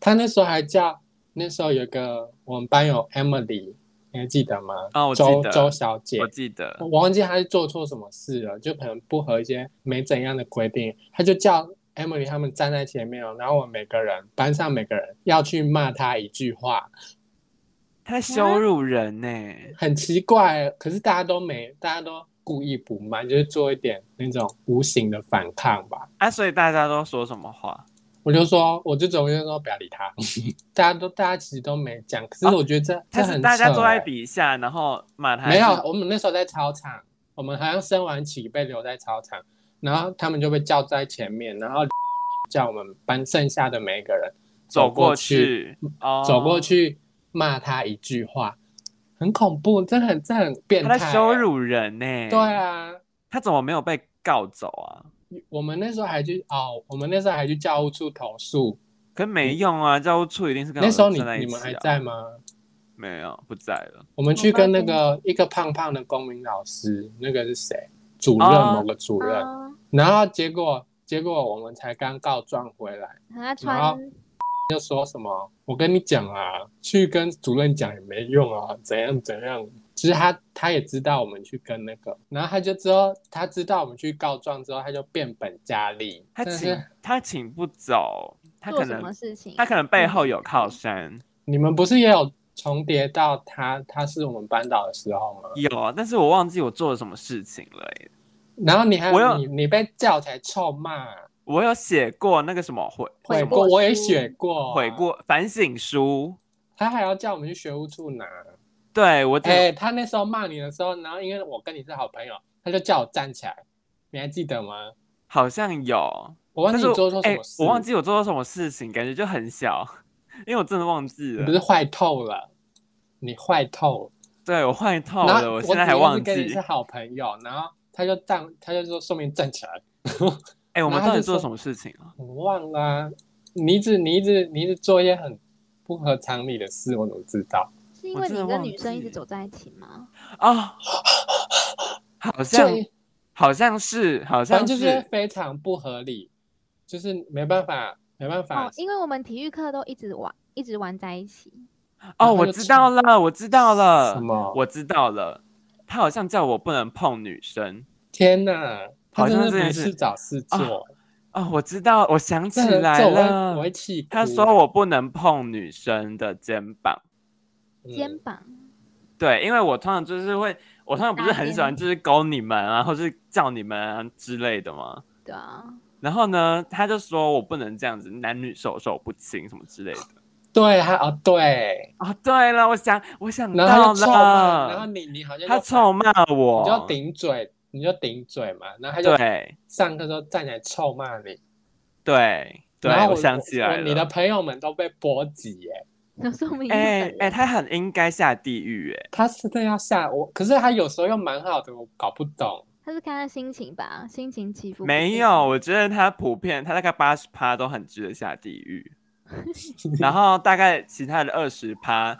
他那时候还叫，那时候有一个我们班有 Emily，你还记得吗？
啊我记
周
得
周小姐
我，记得
我忘记她是做错什么事了，就可能不合一些没怎样的规定，他就叫 Emily 他们站在前面哦，然后我们每个人班上每个人要去骂她一句话，
他在羞辱人呢、
很奇怪，可是大家都没，大家都故意不骂，就是做一点那种无形的反抗吧。
啊，所以大家都说什么话？
我就说，我就总就说不要
[laughs]
理他，大家都大家其实都没讲，可是我觉得这、这
哦他
很欸
是大家
扯
坐在
欸
底下，然后骂他。
没有，我们那时候在操场，我们好像升完旗被留在操场，然后他们就被叫在前面，然后叫我们班剩下的每一个人
走
过
过去，哦，
走过。去骂他一句话，很恐怖，这很这很变态、
他
欸
在羞。辱人呢、
对，啊，
他怎么没有被告走啊？
我们那时候还去哦，我们那时候还去教务处投诉，
可没用啊，教务处一定是跟
那时候你
老师
你
站
们
在一
还
起啊？
在吗？
没有，不在了。
我们去
我爸
跟那
跟
个一个胖胖的公民老师，那个是谁？主任，
哦
某个主任。
啊，
然后结果，结果我们才刚告状回来，
很爱
然后
穿
就说什么：“我跟你讲啊，去跟主任讲也没用啊，怎样怎样。”其实他他也知道我们去跟那个，然后他就之后他知道我们去告状之后，他就变本加厉。
他
但
请
是
他请不走，他
做
可
什么
能
事情？
他可能背后有靠山，
你们不是也有重叠到他他是我们班导的时候吗？
有，啊但是我忘记我做了什么事情了欸、
然后你还
我有
你你被叫起来臭骂、
我有写过那个什么悔
悔
悔
过，
过
我也
书
写过、啊
悔。过反省书，
他还要叫我们去学务处拿。
对我只、
哎、他那时候骂你的时候，然后因为我跟你是好朋友，他就叫我站起来，你还记得吗？
好像有，
我忘
但
记
是
你
我
做错什么事，
欸我忘，记我做了什么事情，感觉就很小，因为我真的忘记
你
了。
不是坏透了，你坏透了。
对我坏透了，
然后
哦我
我
现在还
只是
忘
跟你
记
是。好朋友，然后他就站，他就说说明站起来，
哎、我
然
们
后他
到底
就
做了
说
什么事情啊？
[laughs] 我忘了、啊。你一直你一直你一直做一些很不合常理的事，我怎么知道？
是因
我
为
真
你
的
跟
忘
女生一
记
直走在一起吗？哦
啊、好像
以
好像是哦好
反正
像
就是非常不合理，就是没办法，没办法。
哦，因为我们体育课都一直玩，一直玩在一起。
哦，
后
我
就
知
吃
道了，我知道了，
什么
我知道了，他好像叫我不能碰女生
天哪，他
好像
真的
这件
没
事
事找事
啊
做，
哦，我知道，我想起
这很
来
这我会我
了
会，气哭。
他说我不能碰女生的肩膀，
嗯
肩膀，
对，因为我通常就是会，我通常不是
搭
很喜
肩
欢就是勾你们啊，或是叫你们啊之类的嘛。
对啊，
然后呢，他就说我不能这样子，男女授受不亲什么之类的。
对，他哦对，
哦，对了，我想我想
然后他
嗯到
就臭骂，然
了，
后你你好像
他
就
臭骂
你就
我，
顶嘴，你就顶嘴嘛，然后他就
对
上课都站起来臭骂你，
对对
然，后
我
我
想起
我
来
你的
了。
朋友们都被波及耶，
有时候我们
哎哎，
哎，
他很应该下地狱哎，
他是真的要吓我，可是他有时候又蛮好的，我搞不懂。
他是看他心情吧，心情起伏。
没有，，我觉得他普遍他大概八十趴都很值得下地狱，然后大概其他的二十趴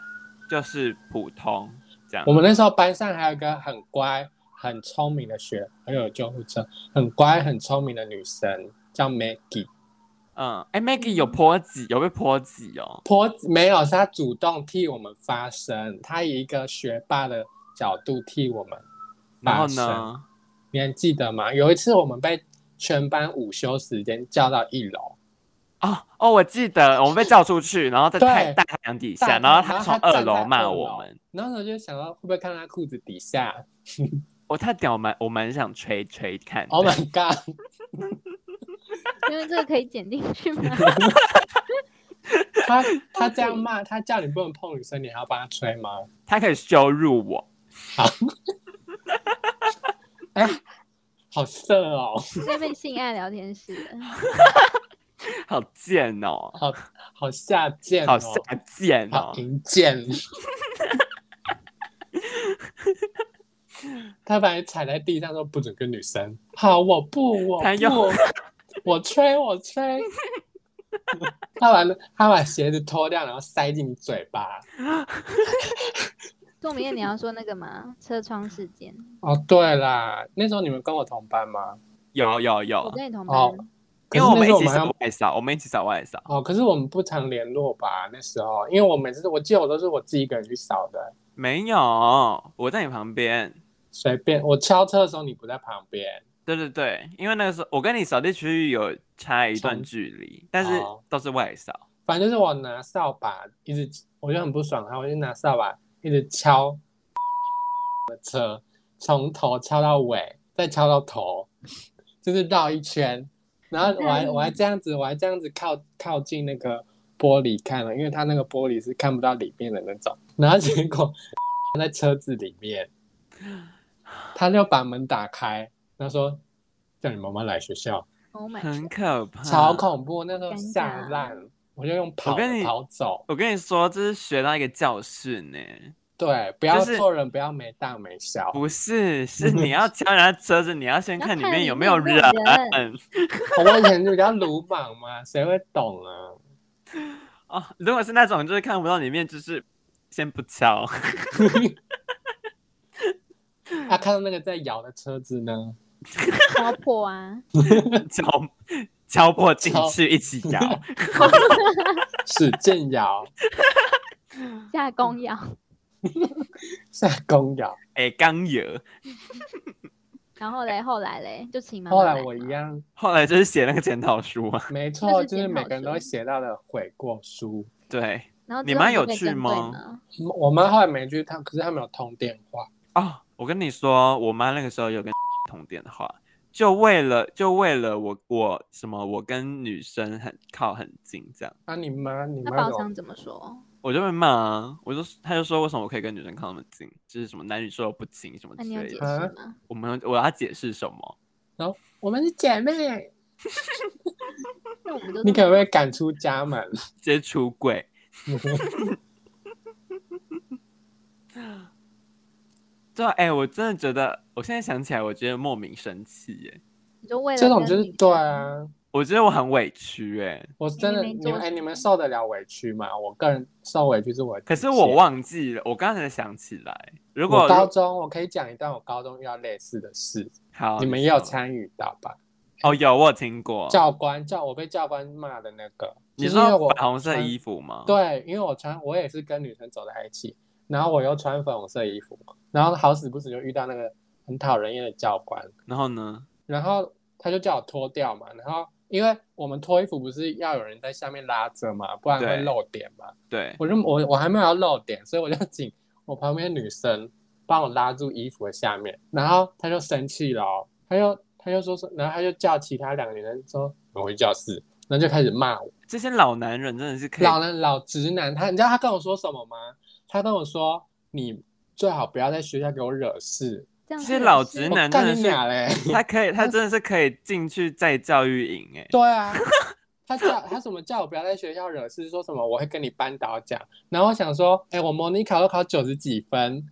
就是普通这样
[laughs] 我。们那时候班上还有一个很乖、很聪明的学，很有救护车，很乖、很聪明的女生叫 Maggie。
嗯，哎，Maggie 有波及，有被波及哦。
婆没有，是她主动替我们发声，她以一个学霸的角度替我们
然
发
后
声。
呢？
你还记得吗？有一次我们被全班午休时间叫到一楼，
哦哦，我记得我们被叫出去，然后在
对
太大太阳底下，
大
然后
他
他从
站在
二楼骂
二
我
楼
们。，
然后我就想到会不会看她裤子底下
我他屌蛮，我蛮想吹吹看的。
？Oh my god！
因为这个可以剪进去吗？ [laughs]
她她这样骂，她叫你不能碰女生，你还要帮她吹吗？
他可以羞辱我。
哎，好色哦，
直接被性爱聊天室了。
好贱哦，
好好下贱
好
哦，
下贱哦
好，淫贱。 [laughs] 他把你踩在地上说不准跟女生。好，我不，我
他又
不， [laughs] 我吹，我吹。 [laughs] 他把他把鞋子脱掉，然后塞进你嘴巴。
杜明艳，你要说那个吗？车窗事
[laughs]
件，
哦，对啦，那时候你们跟我同班吗？
有有
我
有，
跟你同
哦
班，
因为我
可是那
们
时
一
候
起
好像
扫外扫，我们一起扫外扫，
哦，可是我们不常联络吧？那时候，因为我每次我记得我都是我自己一个人去扫的，
没有，我在你旁边。
随便我敲车的时候你不在旁边。
对对对，因为那个时候我跟你扫地区域有差一段
重
距离，但是
哦
都是外扫。
反正就是我拿扫把一直，我就很不爽，然后我就拿扫把一直敲的车，从头敲到尾，再敲到头，就是绕一圈。然后我还我还这样子，我还这样子靠靠近那个玻璃看了，因为它那个玻璃是看不到里面的那种。然后结果 [laughs] 在车子里面，他就把门打开，他说叫你妈妈来学校。
，Oh my，
很可怕，
超恐怖，那时候
尴尬
吓烂，我就用跑
嗯我跟
的
你
跑走。
我跟你说，这是学到一个教训呢、
对，不要
就是
做人，不要没大没小。
不是，是你要敲人家车子，你要先
你要
看里
看
面
里
有
面
没有
有没有
人。 [laughs]
我以前就比较鲁莽嘛，谁会懂啊？
哦，如果是那种就是看不到里面，就是先不敲。
他、啊看到那个在摇的车子呢，
敲破啊！
敲敲破进
敲
去一起摇，
使劲摇，
下公摇，
下公
[laughs]
摇。
哎，刚有。
然后嘞，后来嘞，就请妈妈
后来
来
我一
嘛
样，
后来就是写那个检讨书啊。
没
嗯那
错，
是
就是
检讨
每个人都会
书
写到的悔过书。
对，
然后
你
知道
妈
你
有
被
去
针对
吗
吗？
我妈后来没去，她可是她没有通电话。
哦，我跟你说，我妈那个时候有跟 [laughs] 通电话，就为了就为了我我什么我跟女生很靠很近这样，
啊，你妈，你
那
妈
包
怎么？
商怎么说？
我就被骂啊，我就她就说为什么我可以跟女生靠那么近，就是什么男女授受不亲什么
那
之
你有
类
解
的。
啊
释吗？
我们我要解释什么？
然后我们是姐妹，
那我们都
你
是
可不可以赶出家门？
直接出柜。 [laughs] 对啊，哎、我真的觉得，我现在想起来，我觉得莫名生气耶，
你就为了
这种
跟
就是
女
对
生
啊。
我觉得我很委屈哎，
我真的，
没
你
做
们哎、
什
你们
么
受得了委屈吗？我个人受委屈是我的
可
极限，
是我忘记了，我刚才想起来，如果
我高中我可以讲一段我高中遇到类似的事，
好，
你们也有
哦说
参与到吧？
哦，有我有听过，
教官叫我被教官骂的那个，
你
就是因为
说
我
粉红色
穿
衣服吗？，
对，因为我穿我也是跟女生走在一起，然后我又穿粉红色衣服，然后好死不死就遇到那个很讨人厌的教官，
然后呢？
然后他就叫我脱掉嘛，然后因为我们脱衣服不是要有人在下面拉着嘛，不然
对
会露点嘛。
对，
我就我我还没有要露点，所以我就请我旁边女生帮我拉住衣服的下面，然后她就生气了、哦，她就她就说说，然后她就叫其他两个女生说我回教室，然后就开始骂我，
这些老男人真的是可以，
老人老直男，他你知道他跟我说什么吗？他跟我说你最好不要在学校给我惹事，
这
这
样子
些
也
老
是
直
我
男真
干
的
你
是，
俩嘞！
他可以，他真的是可以进去再教育营哎，
对啊，他叫他什么叫我不要在学校惹事，说什么我会跟你班导讲。然后我想说，哎、我模拟考都考九十几分，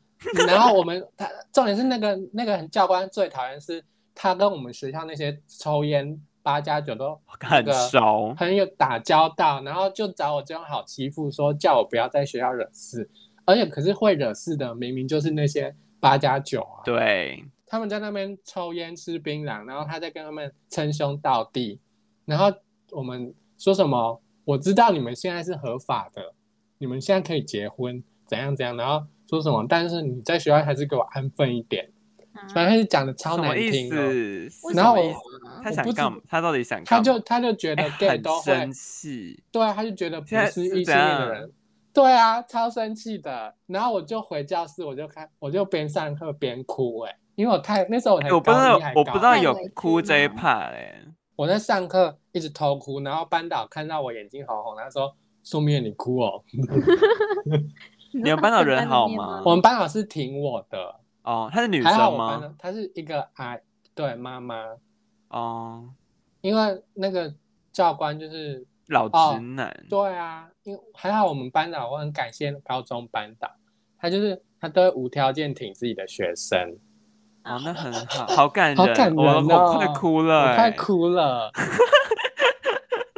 然后我们他重点是那个那个教官最讨厌是他跟我们学校那些抽烟八加九都那
很
个
熟，
很有打交道，然后就找我这种好欺负，说叫我不要在学校惹事。而且可是会惹事的，明明就是那些八加九啊。
对，
他们在那边抽烟吃槟榔，然后他在跟他们称兄道弟，然后我们说什么？我知道你们现在是合法的，你们现在可以结婚，怎样怎样，然后说什么？但是你在学校还是给我安分一点，
啊
反正是讲的
嗯什
超
么
难
意
听哦、
思？什
为
然后
么
我
意思
[laughs] 啊
他
我
想
不知
干嘛？他到底想干
他
嘛？
就他就觉得
哎
gay
很
都会，
生气，
对啊，他就觉得不
现在
是
是
异
怎
性恋
样
的人，对啊，超生气的。然后我就回教室，我就看，我就边上课边哭、哎，因为我太那时候我才
哎我不知
高
道
一还，
我不
高
知道
二
有
太委屈
哭这一
了
part 哎，
我在上课一直偷哭，然后班导看到我眼睛红红，他说：“苏明远，你哭哦。
你
你们
说他
班导
存
人
在里
好
面
吗
吗”
我们班老师挺我的，
哦，她是女
还好
生
我班
吗？
的她是一个阿对妈妈，
哦，
因为那个教官就是
老
哦
直男。
对啊，因为还好我们班导，我很感谢高中班导，他就是他都会无条件挺自己的学生，
哦，那很好，好感人，
好感人
我我
哦
快哭了、哎
我快。哭了。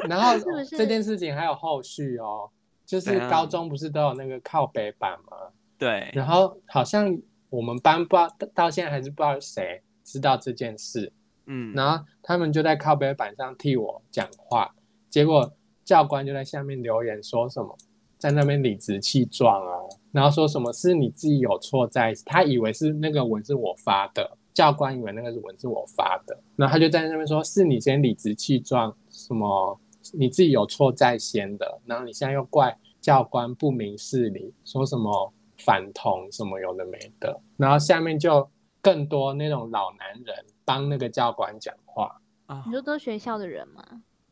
然后
是不是
这件事情还有后续哦，就
怎
是
样
高中不是都有那个靠北版吗？
对，
然后好像我们班不知道到现在还是不知道谁知道这件事，
嗯，
然后他们就在靠北板上替我讲话，结果教官就在下面留言说什么，在那边理直气壮啊，然后说什么是你自己有错在，他以为是那个文是我发的，教官以为那个文是我发的，然后他就在那边说是你先理直气壮，什么你自己有错在先的，然后你现在又怪教官不明事理，说什么反同什么有的没的，然后下面就更多那种老男人帮那个教官讲话，
哦
你说都是学校的人吗？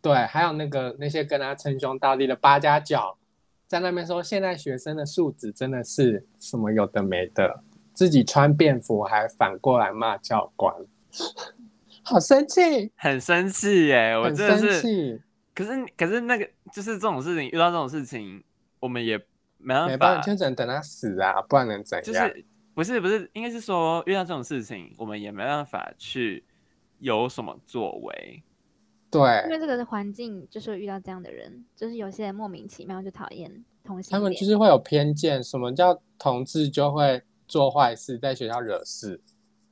对，还有那个那些跟他称兄道弟的八加九，在那边说现在学生的素质真的是什么有的没的，自己穿便服还反过来骂教官， [laughs] 好生气，
很生气耶，我
很
真的
生
是。
气，
可是可是那个就是这种事情，遇到这种事情，我们也没
没
办
办
法，
法，就只能等他死啊，不然能怎
就
样？
是不是不是，应该是说遇到这种事情，我们也没办法去有什么作为。
因
对
为这个环境就是会遇到这样的人，就是有些人莫名其妙就讨厌同性
他
恋。
们就是会有偏见，什么叫同志就会做坏事，在学校惹事，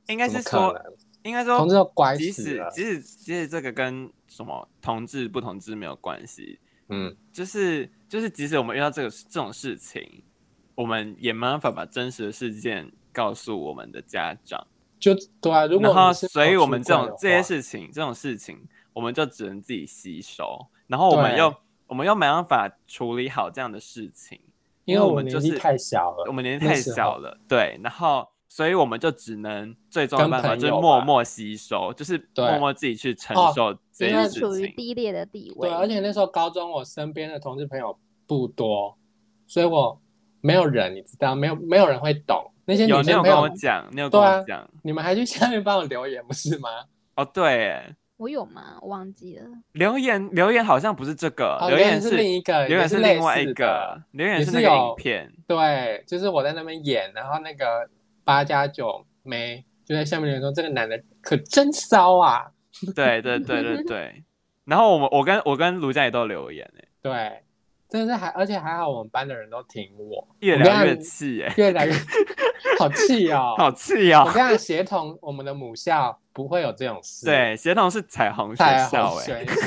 应该
怎
是
么可
说，
能？
应该
同志
说，
都乖
即
死
使
了，
即使即使这个跟什么同志不同志没有关系，
嗯，
就是就是即使我们遇到这个这种事情，我们也没办法把真实的事件告诉我们的家长。
就对啊。如果
然后，
你是
所以
有
我
出
们这
柜的
种这些
话
事情，这种事情，我们就只能自己吸收，然后我们
对
又我们又没办法处理好这样的事情，
因为
我
我
们
年
就
纪
是
太小了，
我们年纪
那
太
时候
小了，对，然后所以我们就只能最终的
跟
办法
朋
就是
友
默
吧
默吸收，就是
对
默默自己去承
哦
受这
因
件
为
事
处于
情。
低劣的地位。
对，啊而且那时候高中，我身边的同志朋友不多，所以我没有人，你知道，没有没有人会懂那些女
有你有
生朋
跟我
友，
讲，你有
对
跟
啊
我讲，
你们还去下面帮我留言不是吗？
哦对耶，
我有吗？我忘记了。
留言留言好像不是这个，
哦，
留
言
言
是另一个，
留
也
言
是类
另外
似
一
的
个，，留言
也
是
是
那个
有
影片，
对，就是我在那边演，然后那个八加九妹就在下面留言说这个男的可真骚啊，
对对对对
[laughs]
对。然后我们我跟我跟卢佳也都留言哎、
对，真的是还而且还好我们班的人都挺我，
越
我跟
聊
他
越
们
气哎、[laughs]
越来越好气哦，
好气哦
我！跟你讲，协同我们的母校不会有这种事。，
对，协同是彩虹学
太
校
好
哎、
[laughs] 学校，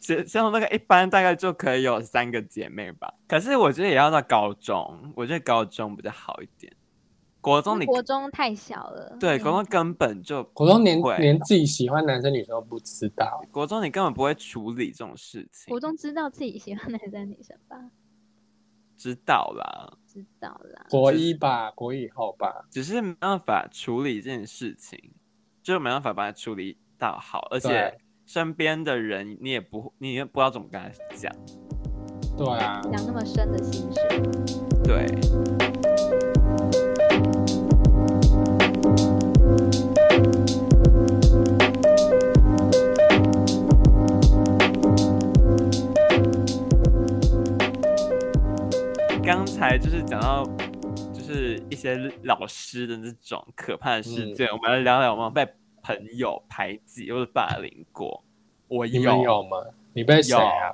协协同那个一般大概就可以有三个姐妹吧。可是我觉得也要到高中，我觉得高中比较好一点。国中
因为
你
国中太小了。
对
嗯
国中根本就
国中连
会
连自己喜欢男生女生都不知道，
国中你根本不会处理这种事情，
国中知道自己喜欢男生女生吧？
知道啦，
知道啦。
国一吧，国一以后吧，
只是没办法处理这件事情，就没办法把它处理到好，而且
对
身边的人你也不你也不知道怎么跟他讲，
对啊，
讲那么深的心事，
对。刚才就是讲到，就是一些老师的那种可怕的
嗯
事件，我们来聊聊我们被朋友排挤或者霸凌过。我
你们
有，
有吗？你被谁啊？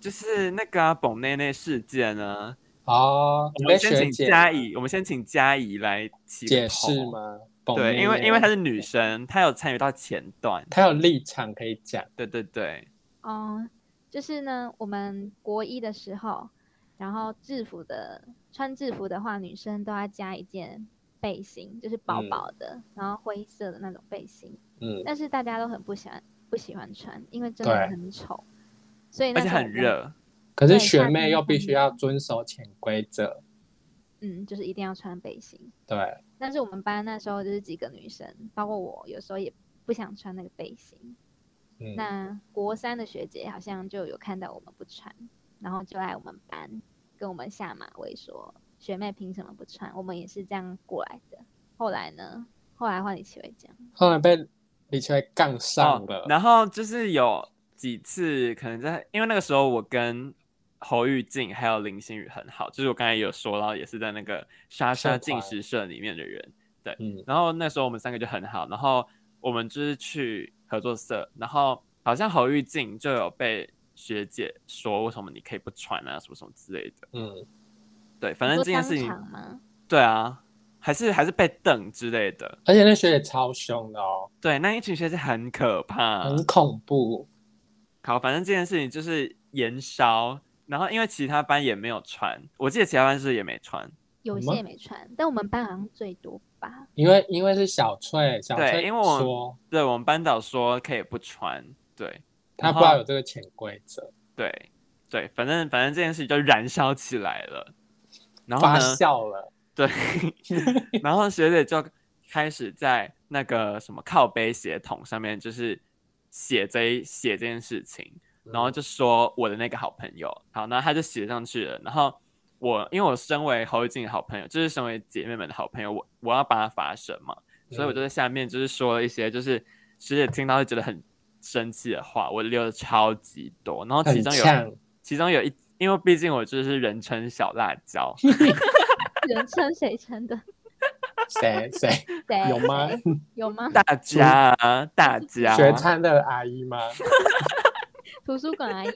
就是那个啊董内内事件啊呢、
哦，你
我
被
们先
学
请
姐
嘉怡，我们先请嘉怡来起个
解
头
释？吗？
对，因为因为她是女生，她有参与到前段。
她有立场可以讲，
对对对，
嗯，就是呢，我们国一的时候，然后制服的穿制服的话，女生都要加一件背心，就是薄
嗯
薄的，然后灰色的那种背心，
嗯，
但是大家都很不喜欢不喜欢穿，因为真的
对
很丑，所以那
而且
时候
很
我们，
热。
可是
对
学
夏
妹
天
又必须
穿
要遵守潜规则，
嗯，就是一定要穿背心。
对，
但是我们班那时候就是几个女生，包括我，有时候也不想穿那个背心。
嗯，
那国三的学姐好像就有看到我们不穿，然后就来我们班跟我们下马威说：“学妹凭什么不穿？我们也是这样过来的。后来呢？后来换李奇伟讲，
后来被李秋伟杠上
哦
了。
然后就是有几次可能在，因为那个时候我跟侯玉静还有林心宇很好，就是我刚才也有说到，也是在那个莎莎
社团
进食社里面的人。
嗯，
然后那时候我们三个就很好，然后我们就是去合作社，然后好像侯玉静就有被学姐说为什么你可以不穿啊，什么什么之类的。
嗯，
对，反正
说
这件
当
事情，
场吗？
对啊，还是还是被瞪之类的。
而且那学姐超凶的哦，
对，那一群学姐很可怕，
很恐怖。
好，反正这件事情就是延烧，然后因为其他班也没有穿，我记得其他班是不是也没穿，
有
我
些
们
也没穿，但我们班好像最多吧。
因为因为是小翠，小
对
翠
因为我
说
对我们班导说可以不穿，对
她
然
不
后
知道有这个潜规则，
对对，反正反正这件事情就燃烧起来了，然后
发
呢，
酵了。
对， [laughs] 然后学姐就开始在那个什么靠背鞋桶上面就是写这一写这件事情，然后就说我的那个好朋友，好，然后他就写上去了。然后我因为我身为侯玉静的好朋友，就是身为姐妹们的好朋友，我我要帮她发声嘛，
嗯
所以我就在下面就是说了一些就是学姐听到会觉得很生气的话，我留的超级多。然后其
很
中
呛
有，其中有一，因为毕竟我就是人称小辣
[laughs]
椒，
人称谁
[laughs]
称的？
谁谁
[laughs] 谁
有吗？
有吗？
大家啊大家
学餐的阿姨吗？
图书馆阿姨，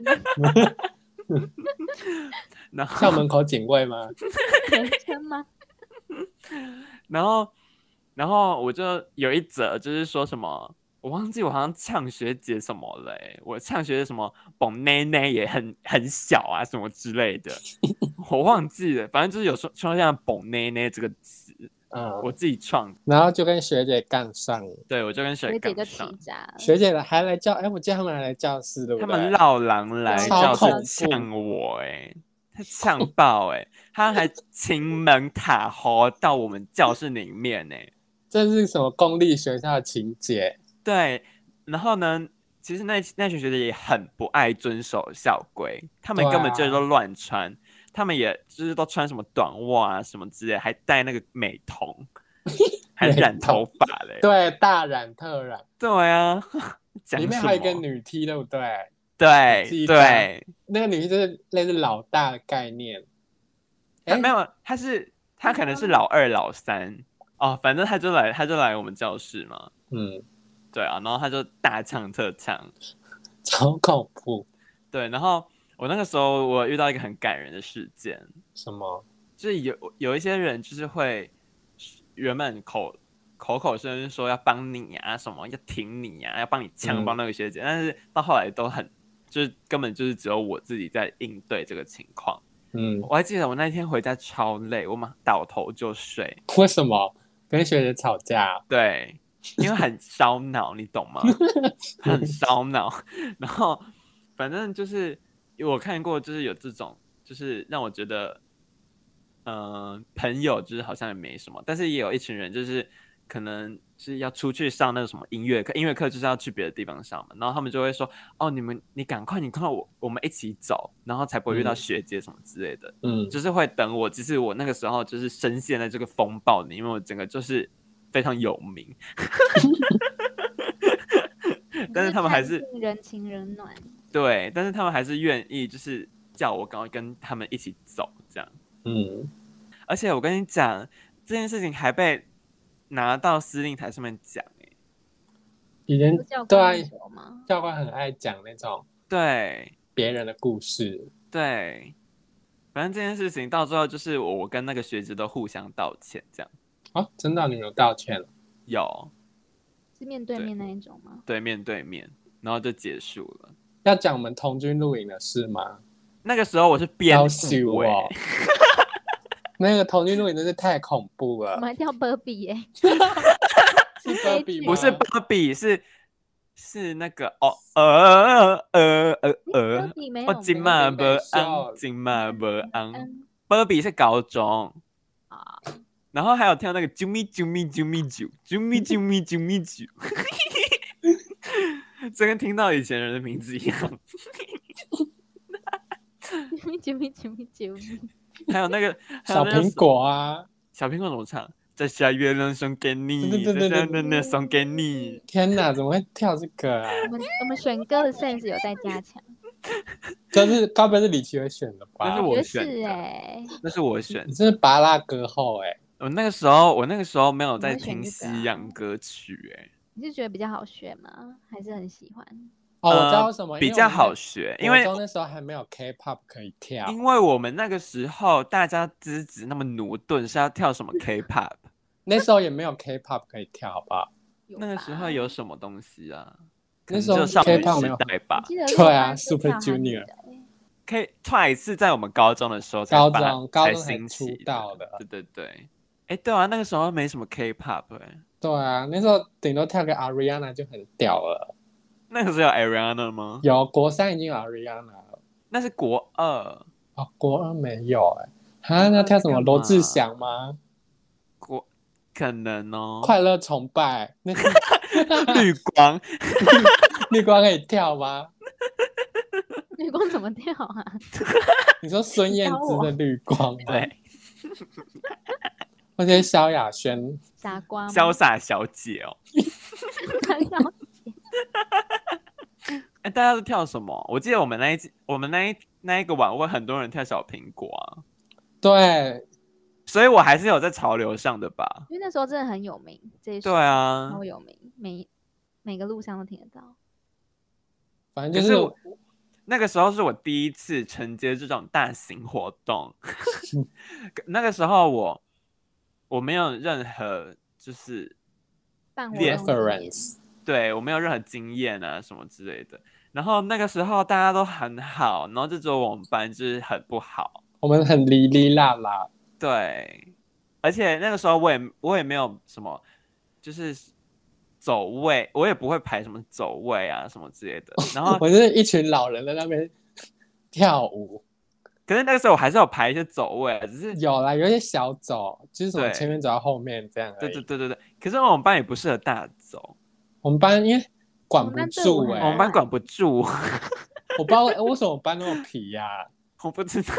然后
校门口警卫吗？
人称吗？
然后，然后我就有一则就是说什么，我忘记我好像呛学姐什么了欸、我呛学姐什么“蹦奶奶”也很很小啊，什么之类
[laughs]
的，我忘记了，反正就是有说说像“蹦奶奶”这个词，
嗯，
我自己创，
然后就跟学姐杠上了，
对我就跟学
学姐
姐杠
就提
上，
渣了。
学姐还来教，哎，我记得他们还来教室，对不
他
对？
们绕廊来
超
教
恐
室呛我、欸，他呛爆、欸，他还擒门塔吼到我们教室里面、欸，
这是什么公立学校的情节？
对，然后呢，其实那那群学姐也很不爱遵守校规，他们
对
根本就
啊
是都乱穿，他们也就是都穿什么短袜啊什么之类，还戴那个美瞳，还
美
染头发嘞。
对，大染特染，
对啊，讲
里面
什
还有一个
么
女 T，对不对？
对
记忆
对，
那个女 T 就是类似老大的概念，
她
诶
没有，她是她可能是老二老三哦，反正她就来她就来我们教室嘛，
嗯，
对啊，然后她就大唱特唱，
超恐怖。
对，然后我那个时候我遇到一个很感人的事件，
什么？
就是有有一些人就是会原本口口口声声说要帮你啊，什么要挺你啊，要帮你
嗯
呛帮那个学姐，但是到后来都很就是根本就是只有我自己在应对这个情况。
嗯，
我还记得我那天回家超累，我马倒头就睡，
为什么跟学姐吵架？
对，因为很烧脑，你懂吗？很烧脑。然后反正就是我看过，就是有这种，就是让我觉得，嗯、朋友就是好像也没什么，但是也有一群人就是可能是要出去上那个什么音乐课，音乐课就是要去别的地方上嘛，然后他们就会说，哦，你们你赶快，你快我我们一起走，然后才不会遇到
嗯
学姐什么之类的。
嗯，
就是会等我，只是我那个时候就是深陷在这个风暴里，因为我整个就是非常有名，但是他们还是
你人情冷暖，
对，但是他们还是愿意就是叫我赶快跟他们一起走这样。
嗯，
而且我跟你讲，这件事情还被拿到司令台上面讲、欸，
以前
不教
对
官
啊，
那种吗？
教官很爱讲那种
对
别人的故事，
对，反正这件事情到最后就是我我跟那个学姐都互相道歉，这样
哦，真的你有道歉了，
有
是面对
对
面那一种吗？
对面对面，然后就结束了。
要讲我们同军录影的事吗？
那个时候我是编
要死
舞、
我
欸，！
那个同军录影真是太恐怖
呃
我
了
们，还叫波比耶，
是科比吗？
不是芭比，是是那个哦呃呃呃
波
呃，
比没有
哦金马
没
不
有
安，金马不安，
嗯 [laughs]
芭比是高中，
啊，
然后还有跳那个啾咪啾咪啾咪啾啾咪啾咪啾咪啾， [laughs] 这跟听到以前人的名字一样。
救命救命救命救命！
还有那个还有
小
那个
苹果啊，
小苹果怎么唱？摘下月亮送给你，
对对对对
摘下月
对
亮送给你。
天哪，怎么会跳这个啊？
我们我们选
[laughs]
歌的 sense 有在加强，
就是该不会是李奇伟选的吧？
但是
我觉
我
得
选
是
的
哎、
那是我选
你，真是拔蜡歌后哎、
我那个时候我那个时候没有
你
在
会选
听
这个
西
啊
洋歌曲、欸，
你是觉得比较好学吗？还是很喜欢？
哦，我知道
呃
为什么，
比
因为
较
我们
好学，因
国
为
中那时候还没有 K-pop 可以跳，
因为我们那个时候大家资质那么驽钝，是要跳什么 K-pop？
那时候也没有 K-pop 可以跳，好不好？
[laughs] 有
那个时候
吧
有什么东西啊？可
那
能
时候
只有少女
K-pop 没
时
有
代
我
吧
记得
对
陆
啊
班是
，Super
跳韩语
Junior
的欸
？K Twice 是在我们高中的时候才
高
发
中高
才
中才
兴
出
起
道
的
的，
对对对。哎，对啊，那个时候没什么 K-pop，哎，
对啊，那时候顶多跳个 Ariana 就很屌了。
那个时候有 Ariana 吗？
有国三已经有 Ariana 了，
那是国二，
哦，国二没有哎、啊，那跳什么
干嘛
罗志祥吗？
国可能哦。
快乐崇拜，
[laughs]
那个
绿
[laughs]
光，
绿光可以跳吗？
绿光怎么跳啊？
你说孙燕姿的绿光吗？
对，
或者是萧亚轩，
傻瓜吗？
潇洒小姐哦。哎，大家都跳什么？我记得我们那一季，我们那一那一个晚会，很多人跳小苹果啊，
对，
所以我还是有在潮流上的吧。
[laughs] 因为那时候真的很有名，这一首
对啊
哦
超，有名，每每个路上都听得到。
反正
可
就是是
我那个时候是我第一次承接这种大型活
[laughs]
动，那个时候我我没有任何就是
办活动
reference，
对我没有任何经验啊什么之类的。然后那个时候大家都很好，然后就只有我们班就是很不好。
我们很哩哩啦啦，
对，而且那个时候我也我也没有什么就是走位，我也不会排什么走位啊什么之类的。然后
我是一群老人在那边 [laughs] 跳舞。
可是那个时候我还是有排一些走位，啊只是
有啦，有一些小走，就是什么
对
前面走到后面这样而
对
已。
对对对对。可是我们班也不适合大走，
我们班因为管
我
不
们班队伍
住
很
哎、
我们班管不住，
[laughs] 我不知道为什么我班那么皮呀、
我不知道。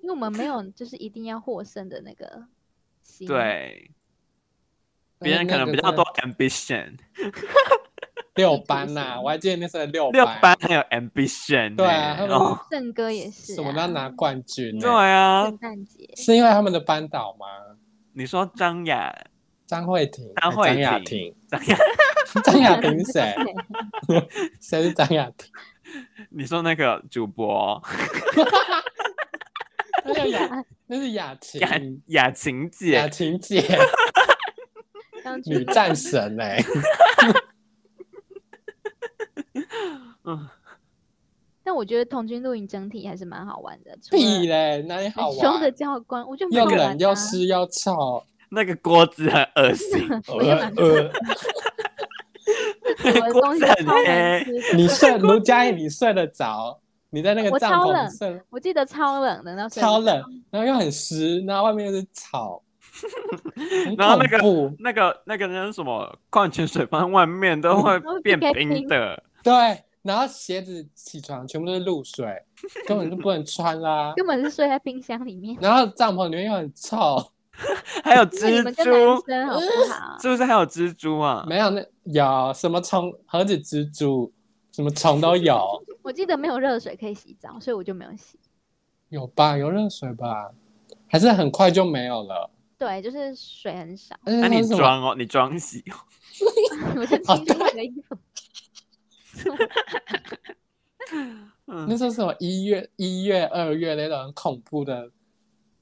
因为我们没有就是一定要获胜的那个心。，
对， [laughs] 别人可能比较多 ambition，
六班呐、我还记得那时候六
六班很有 ambition
对
欸。
啊他们
哦
正哥也是、啊，
什么都要拿冠军、
对
欸，
啊，
圣诞节
是因为他们的班导吗？
你说张雅，
张慧婷、
张慧
张雅
婷
婷、 [laughs]
张雅，
张 [laughs] 雅婷是谁？谁是张雅婷？
你说那个主播
嗯那叫雅，那是雅婷，
雅雅琴
嗯
姐，
雅婷姐，
[laughs]
当初
女战神哎、
嗯，
但我觉得童军露营整体还是蛮好玩的，除
屁
了
嘞，哪里好
很哎凶的
玩？
教官，我就没有
又
玩、啊、
冷又湿又臭，
那个锅子很恶心，
[laughs]
[laughs]
我就蛮
呃
我的
锅
东西
子很
超难
黑
吃
你
的，
睡卢佳怡，你睡得着？你在那个
我
帐
超
篷
冷
睡，
我记得超冷的，那时候
超冷，然后又很湿，然后外面又是
[laughs]
草，很
然后那个
恐怖
那个那个那是什么矿泉水放在外面都会
都会
变
变
冰
冰
的，
对，然后鞋子起床全部都是
[laughs]
露水，根本就不能穿啦。
根本是睡在冰箱里
[laughs]
面。
然后帐篷里面又很臭，
还有
[laughs] 那你
蜘
们跟男
蛛，
生好不
[laughs]
好？
是不是还有蜘蛛啊？
没有那有什么虫，何止蜘蛛，什么虫都
[laughs]
有，
[laughs] 我记得没有热水可以洗澡，所以我就没有洗。
有吧？有热水吧？还是很快就没有了。
对，就是水很
[laughs]
少，
而且
那
它
你
是什么？
装哦，你装洗，
[laughs]
我就
哦
进去换个衣服。
嗯，
那时候是什么一月、一月、二月那种很恐怖的，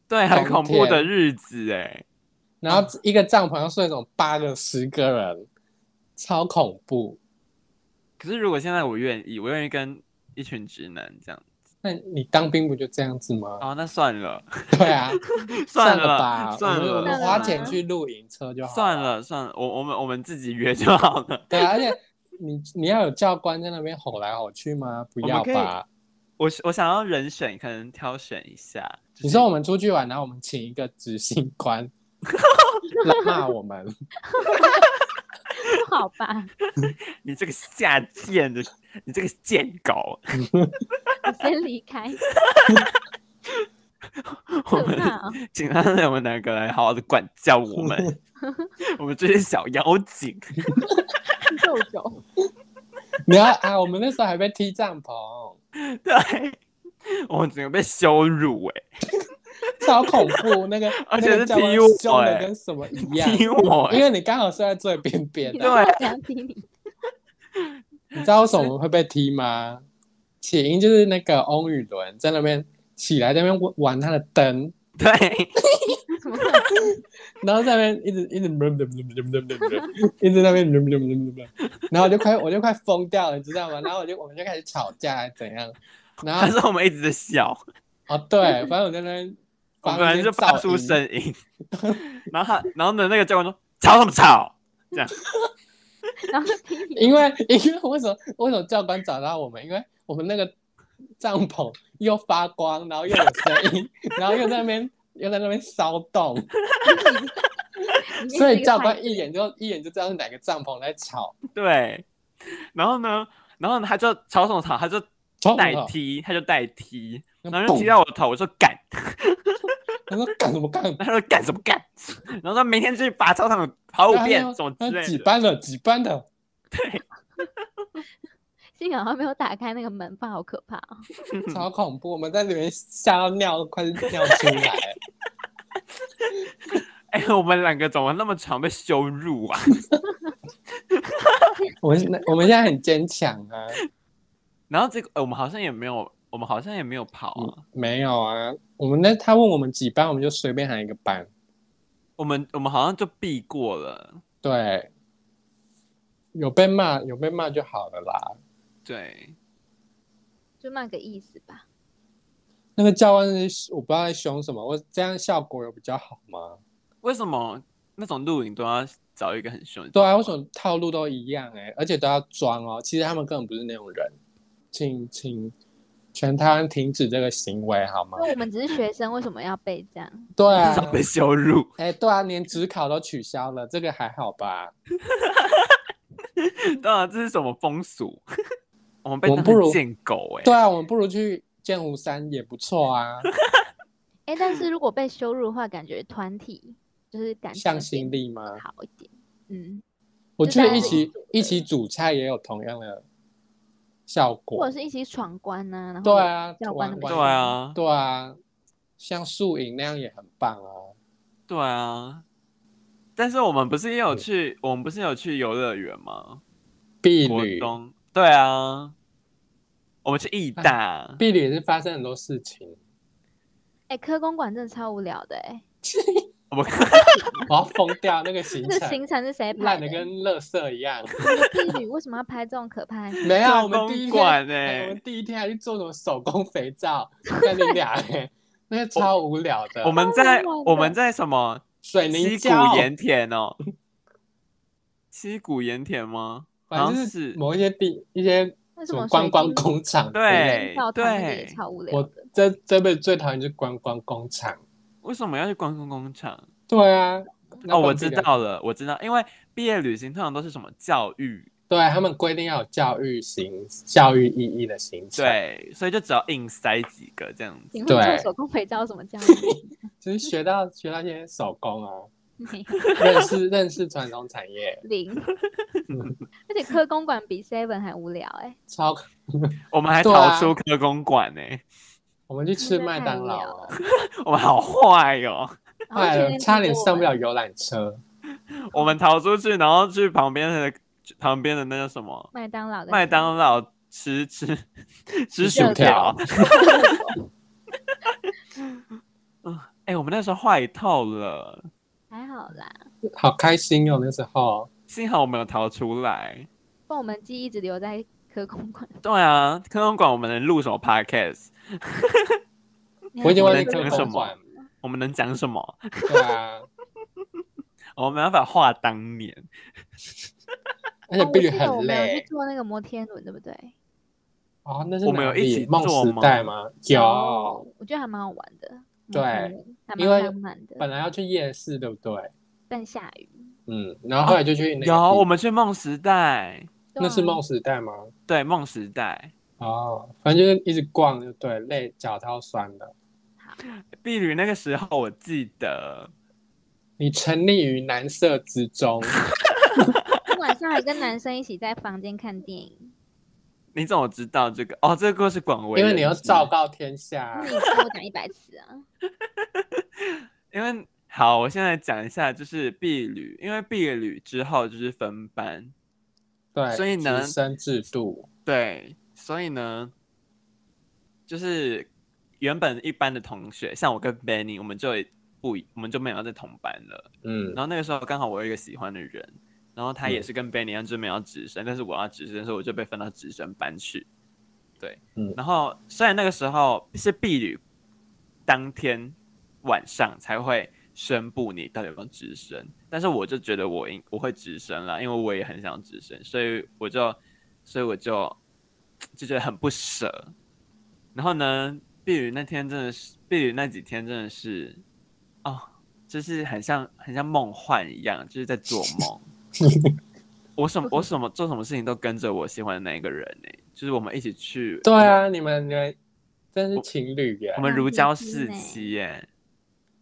对，很恐怖
冬天
的日子哎，
然后一个帐篷要睡那种八个、十个人，超恐怖。
可是如果现在我愿意，我愿意跟一群直男这样，
那你当兵不就这样子吗？
哦，那算了，
[laughs] 对啊，
[laughs] 算
了
了，
吧，
算
我们我
了
们
算了
花
吧
钱去露营车就好。
算，了算了，我我们我们自己约就好了。
对啊，而且你你要有教官在那边吼来吼去吗？不
我们
要
可以
吧。
我我想要人选，可能挑选一下。就是
你说我们出去玩，然后我们请一个执行
[laughs]
官来骂我们，
不好吧？
你这个下贱的，你这个贱狗， [laughs]
我先离开。
我
可
们
怕啊！
请他让我们两个来好好的管教我们，我们这些小妖精。
臭狗，
你要啊，我们那时候还被踢帐篷，
对，我们整个被羞辱哎、
超恐怖。那个
而且是
那个教官
踢我
凶的
欸
跟什么一样，
踢我欸
因为你刚好是在最边边
你
的。
对啊
想踢你，
[laughs] 你知道为什么我们会被踢吗？起因就是那个翁雨伦在那边起来在那边玩玩他的灯，
对，
什么？
然后在那边一直一直一直在那边，然后我就快我就快疯掉了，你知道吗？然后我就我们就开始吵架，还是怎样？然
但
后
是我们一直在笑，
哦对，反正我在那边
我
发
们本来
一些
就发
噪
出
音
声音， [laughs] 然后他，然后呢，那个教官说吵什么吵？
然后就踢你，
因为因为为什么为什么教官找到我们？因为我们那个帐篷又发光，然后又有声音，然后又在那边又在那边骚动， [laughs]
[laughs] 你是
所
一
以
个
教
坏
官
人
一眼就一眼就知道是哪个帐篷在吵，
对，然后呢，然后他就吵什么吵，他就
吵
代
什么吵
踢，他就代踢，
那
然后就
嘣
踢到我头，我说干，
他说干什么
[laughs]
干？
他说干什么干，然后他明天去把操场跑五
然后
遍
啊他
什么
他
之类
几
的。
班的几班的，
幸好他没有打开那个门，不然好可怕哦！
嗯
超恐怖！我们在里面吓到尿都快尿出来，
哎、我们两个怎么那么常被羞辱啊？ [laughs]
我们现在我们现在很坚强啊，
然后这个、呃我们好像也没有，我们好像也没有跑啊。
没有啊，我们那他问我们几班，我们就随便喊一个班，
我们我们好像就避过了。
对，有被骂有被骂就好了啦。
对，
就那个意思吧。
那个教官是我不知道在凶什么，我这样效果有比较好吗？
为什么那种录影都要找一个很凶的？
对啊，为什么套路都一样哎、而且都要装哦。其实他们根本不是那种人，请请全台湾停止这个行为好吗
因？为我们只是学生，为什么要被这样？
对
至 [laughs]
啊，
少被羞辱。
哎、对啊，连职考都取消了，这个还好吧？
对啊，这是什么风俗？ [laughs] 我们被
我们
当
不
成
如
贱狗哎、
对啊，我们不如去剑湖山也不错啊，
哎、但是如果被羞辱的话，感觉团体就是感觉
向心力吗？
好一点。嗯，
我觉得一
就是
起一起煮菜也有同样的效
或
果
者。是一起闯关呐、然后
对啊，
教官
玩
的
对
感
玩
觉
啊，
对啊，像宿营那样也很棒啊。
对啊。但是我们不是也有去，我们不是有去游乐园吗？
避
国
旅，
中。对啊，我们去义大。
避旅也是发生很多事情。
哎、科公馆真的超无聊的哎、
我们
我要疯掉，那个行
这个
程
行程是谁
烂
排
的
的？
跟垃圾
[laughs]
一样。
那个婢女为什么要拍这种可怕的？
没有，
对
我们第一
公
天，
馆
哎
欸
我们第一天还去做什么手工肥皂，跟你俩、欸，那个超无聊的。
我们
哦
在
我
我们在什么
水
西
凝
谷
胶，
盐田哦，西谷盐田吗？好
反
像
正
是，
某一些地一些
那什
什
么
么
水
观光
晶
工厂之类
对
教堂那个也
对。
超无
的。
聊
我
的。
这这辈子最讨厌就是观光工厂。
为什么要去观光工厂？
对啊，那
哦，我
关
知
闭了。
道了，我知道，因为毕业旅行通常都是什么教育，
对他们规定要有教育型、教育意义的行程，，
对，所以就只要硬塞几个这样子。
请问
对
做手工肥皂有什么教
[laughs]
育？
就是学到学到一些手工啊，
没有
认识认识传统产业， [laughs]
零，而且科公馆比 Seven 还无聊哎、
超
我们还
对啊
逃出科公馆呢、
我们去吃麦当劳啊，
我们好坏哦！
然后
哎
去
呦
那边
差点
直播
上不
玩
了游览车。
我们逃出去，然后去旁边的旁边的那叫什么
麦当劳跟
麦
什么
当劳吃吃吃
薯
薯条
条。
嗯，哎、我们那时候坏透了，
还好啦，
好开心哦！那时候
幸好我们有逃出来。
不然我们记忆一直留在科公馆。
对啊，科公馆我们能录什么 podcast？
[laughs] 我已经忘记
我们在
科
讲什
公
么
馆，
我们能讲什么？
对啊，
我们没办法画当年。
而且
哦
避旅
我记得我
很
们有去
累
坐那个摩天轮，对不对？
哦。那是
我们有
哪里
一起
梦
做
时
吗
代吗？有，
哦，我觉得还蛮好玩的。
对
摩天轮，还
因为
蛮浪漫的。
本来要去夜市，对不对？
但下雨，
嗯，然后后来就去那个
有，我
地
们去梦时代，
对
那是
啊
梦时代吗？
对，梦时代。
哦，反正就是一直逛就对，累，脚超酸的。
碧旅那个时候我记得，
你沉溺于男色之中，
你晚啊上还跟男生一起在房间看电影，
你怎么知道这个？哦，这个故事广为
因为你要
人知
昭告天下啊
那。你跟我讲一百次啊！
因为好，我现在讲一下，就是毕旅，因为毕旅之后就是分班，
对，
所以呢
直升制度，
对，所以呢，就是原本一班的同学，像我跟 Benny，我们就不一，我们就没有要在同班了。
嗯
然，后那个时候刚好我有一个喜欢的人，然后他也
嗯
是跟 Benny 一样，就是没有要直升，但是我要直升，所以我就被分到直升班去。对，
嗯
然后虽然那个时候是婢旅当天晚上才会宣布你到底有没有直升，但是我就觉得我应我会直升啦，因为我也很想直升，所以我就所以我就就觉得很不舍。然后呢，碧旅那天真的是，碧旅那几天真的是，哦，就是很像很像梦幻一样，就是在做梦。我什么我什么做什么事情都跟着我喜欢的那一个人呢、就是我们一起去，
对啊，你们你们真是情侣耶
我，们如胶似
很贴心
漆耶、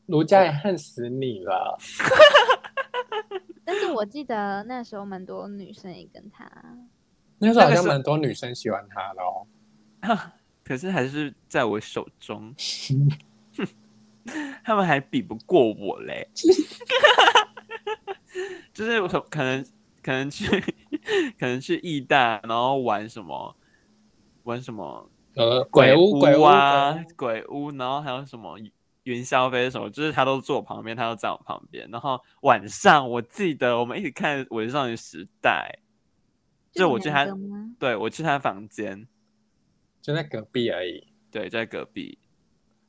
卢家也恨死你了。
但是我记得那时候蛮多女生也跟他，
那时候好
那个
像
时候
蛮多女生喜欢他的哦。
[laughs] 可是还是在我手
[laughs]
中，他们还比不过我
[laughs]
嘞。就是我可能可能去 [laughs] 可能去义大，然后玩什么玩什么
呃，鬼屋
鬼
屋
啊
鬼屋
鬼屋，然后还有什么云霄飞什么，就是他都坐我旁边，他都在我旁边。然后晚上我记得我们一起看《我的少女时代》，就我
你
去
还
他
跟吗？
对我去他房间，
就在隔壁而已，
对，在隔壁。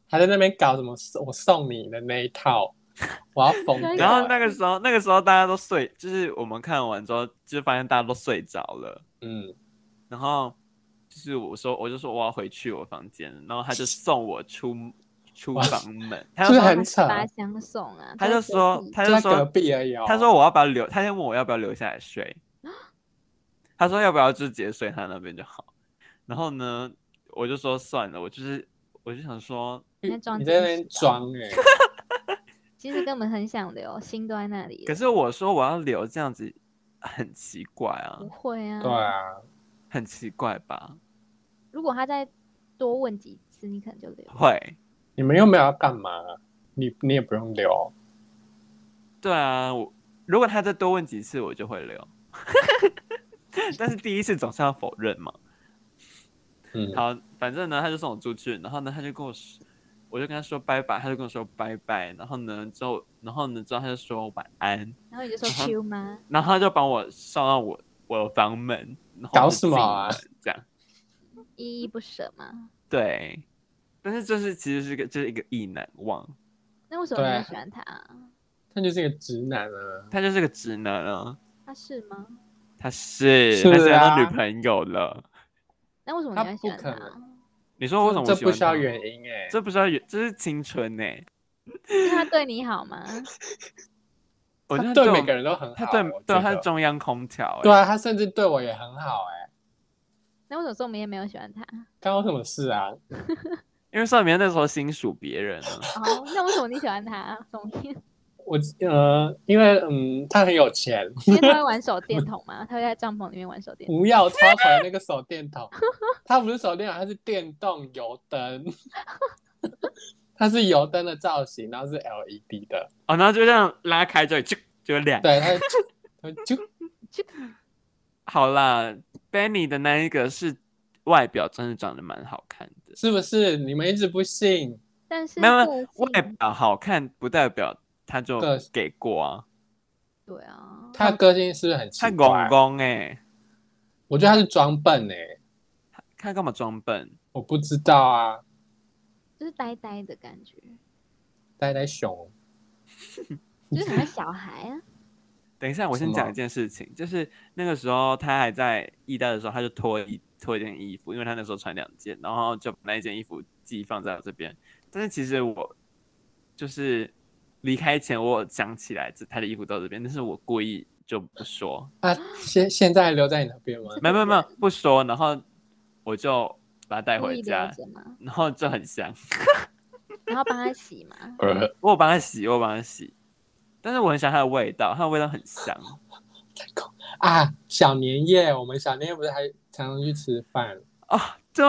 还在那边搞什么我送你的那一
[laughs]
套，我嗯要疯掉。
然后那个时候，那个时候大家都睡，就是我们看完之后，就发现大家都睡着了。
嗯，
然后就是我说，我就说我要回去我房间，然后他就送我出出房门，他
就
就是说
很扯
八相送啊！
他就
在隔
说
壁
他
就
就
在隔
说
壁而已哦。
他说我要不要留，他先问我要不要留下来睡，他说要不要就直接睡他那边就好。然后呢，我就说算了，我就是我就想说，
你在装
你在那
矜
边
持吧
装哎，
其实根本很想留，心都在那里了。
可是我说我要留这样子很奇怪啊
不，会啊，
对啊，
很奇怪吧？
如果他再多问几次，你可能就留。
会。
你们又没有要干嘛，你你也不用留。
对啊，我如果他再多问几次，我就会留。 [laughs] 但是第一次总是要否认嘛。
嗯，
好，反正呢，他就送我出去，然后呢，他就跟我说，我就跟他说拜拜，他就跟我说拜拜，然后呢，之后，然后呢，之后他就说晚安，
然后你就说
然后
Q 吗？
然后他就把我送到我我的房门，然后我
搞
就
什么
进
啊
门？这样
依依不舍吗？
对，但是这是其实是个这是一个意难忘，
那为什么你会
对
喜欢他啊？
他就是一个直男啊。
他就是个直男啊，
他是吗？
他是，
是
但是他
啊
女朋友了。
那为什么
他
你会
不
喜欢
可
他？
你说为什么
这
我喜
不
欢
需要
他
原因哎，
这不知道有，这是青春呢、
是他对你好吗？
我觉得他
他对
我
每个人都很好。
他对
我觉
对
得
他是中央空调、欸，
对啊，他甚至对我也很好哎，
那为什么说我们也没有喜欢
[laughs]
他？
干我什么事啊？
因为少年那时候新属别人啊，
哦，那为什么你喜欢
[laughs]
他、啊？总天
我呃，因为嗯，他很有钱，
因为他会玩手电筒吗？他会在帐篷里面玩手
[laughs]
电筒，
不要超讨厌那个手电筒，它不是手电筒，它是电动油灯， [laughs] 它是油灯的造型，然后是 LED 的，
哦，然后就这样拉开这里就就两，
对，它它就
好啦，Benny 的那一个是外表真的长得蛮好看的，
是不是你们一直不信？
但是
没有
个
没
性
有外表好看不代表他就
个
给过啊，
对啊，
他的个性是不是很奇
他公
怪？
公哎，
我觉得他是装笨哎、
他干嘛装笨？
我不知道啊，
就是呆呆的感
[laughs]
觉，
呆呆熊，
就是很像小孩啊。
等一下，我先
什么
讲一件事情，就是那个时候他还在意大的时候，他就脱一脱一件衣服，因为他那时候穿两件，然后就把那一件衣服寄放在我这边。但是其实我就是离开前，我有想起来这他的衣服到这边，但是我故意就不说，
他啊现现在还留在你那边吗？
没有没有没有不说，然后我就把它带
故
回
意
家
留，着吗？
然后就很香。
然后帮他洗嘛。
呃，
我有帮他洗，我有帮他洗，但是我很喜欢它的味道，它的味道很香。
太空啊，小年夜，我们小年夜不是还常常去吃饭？
对，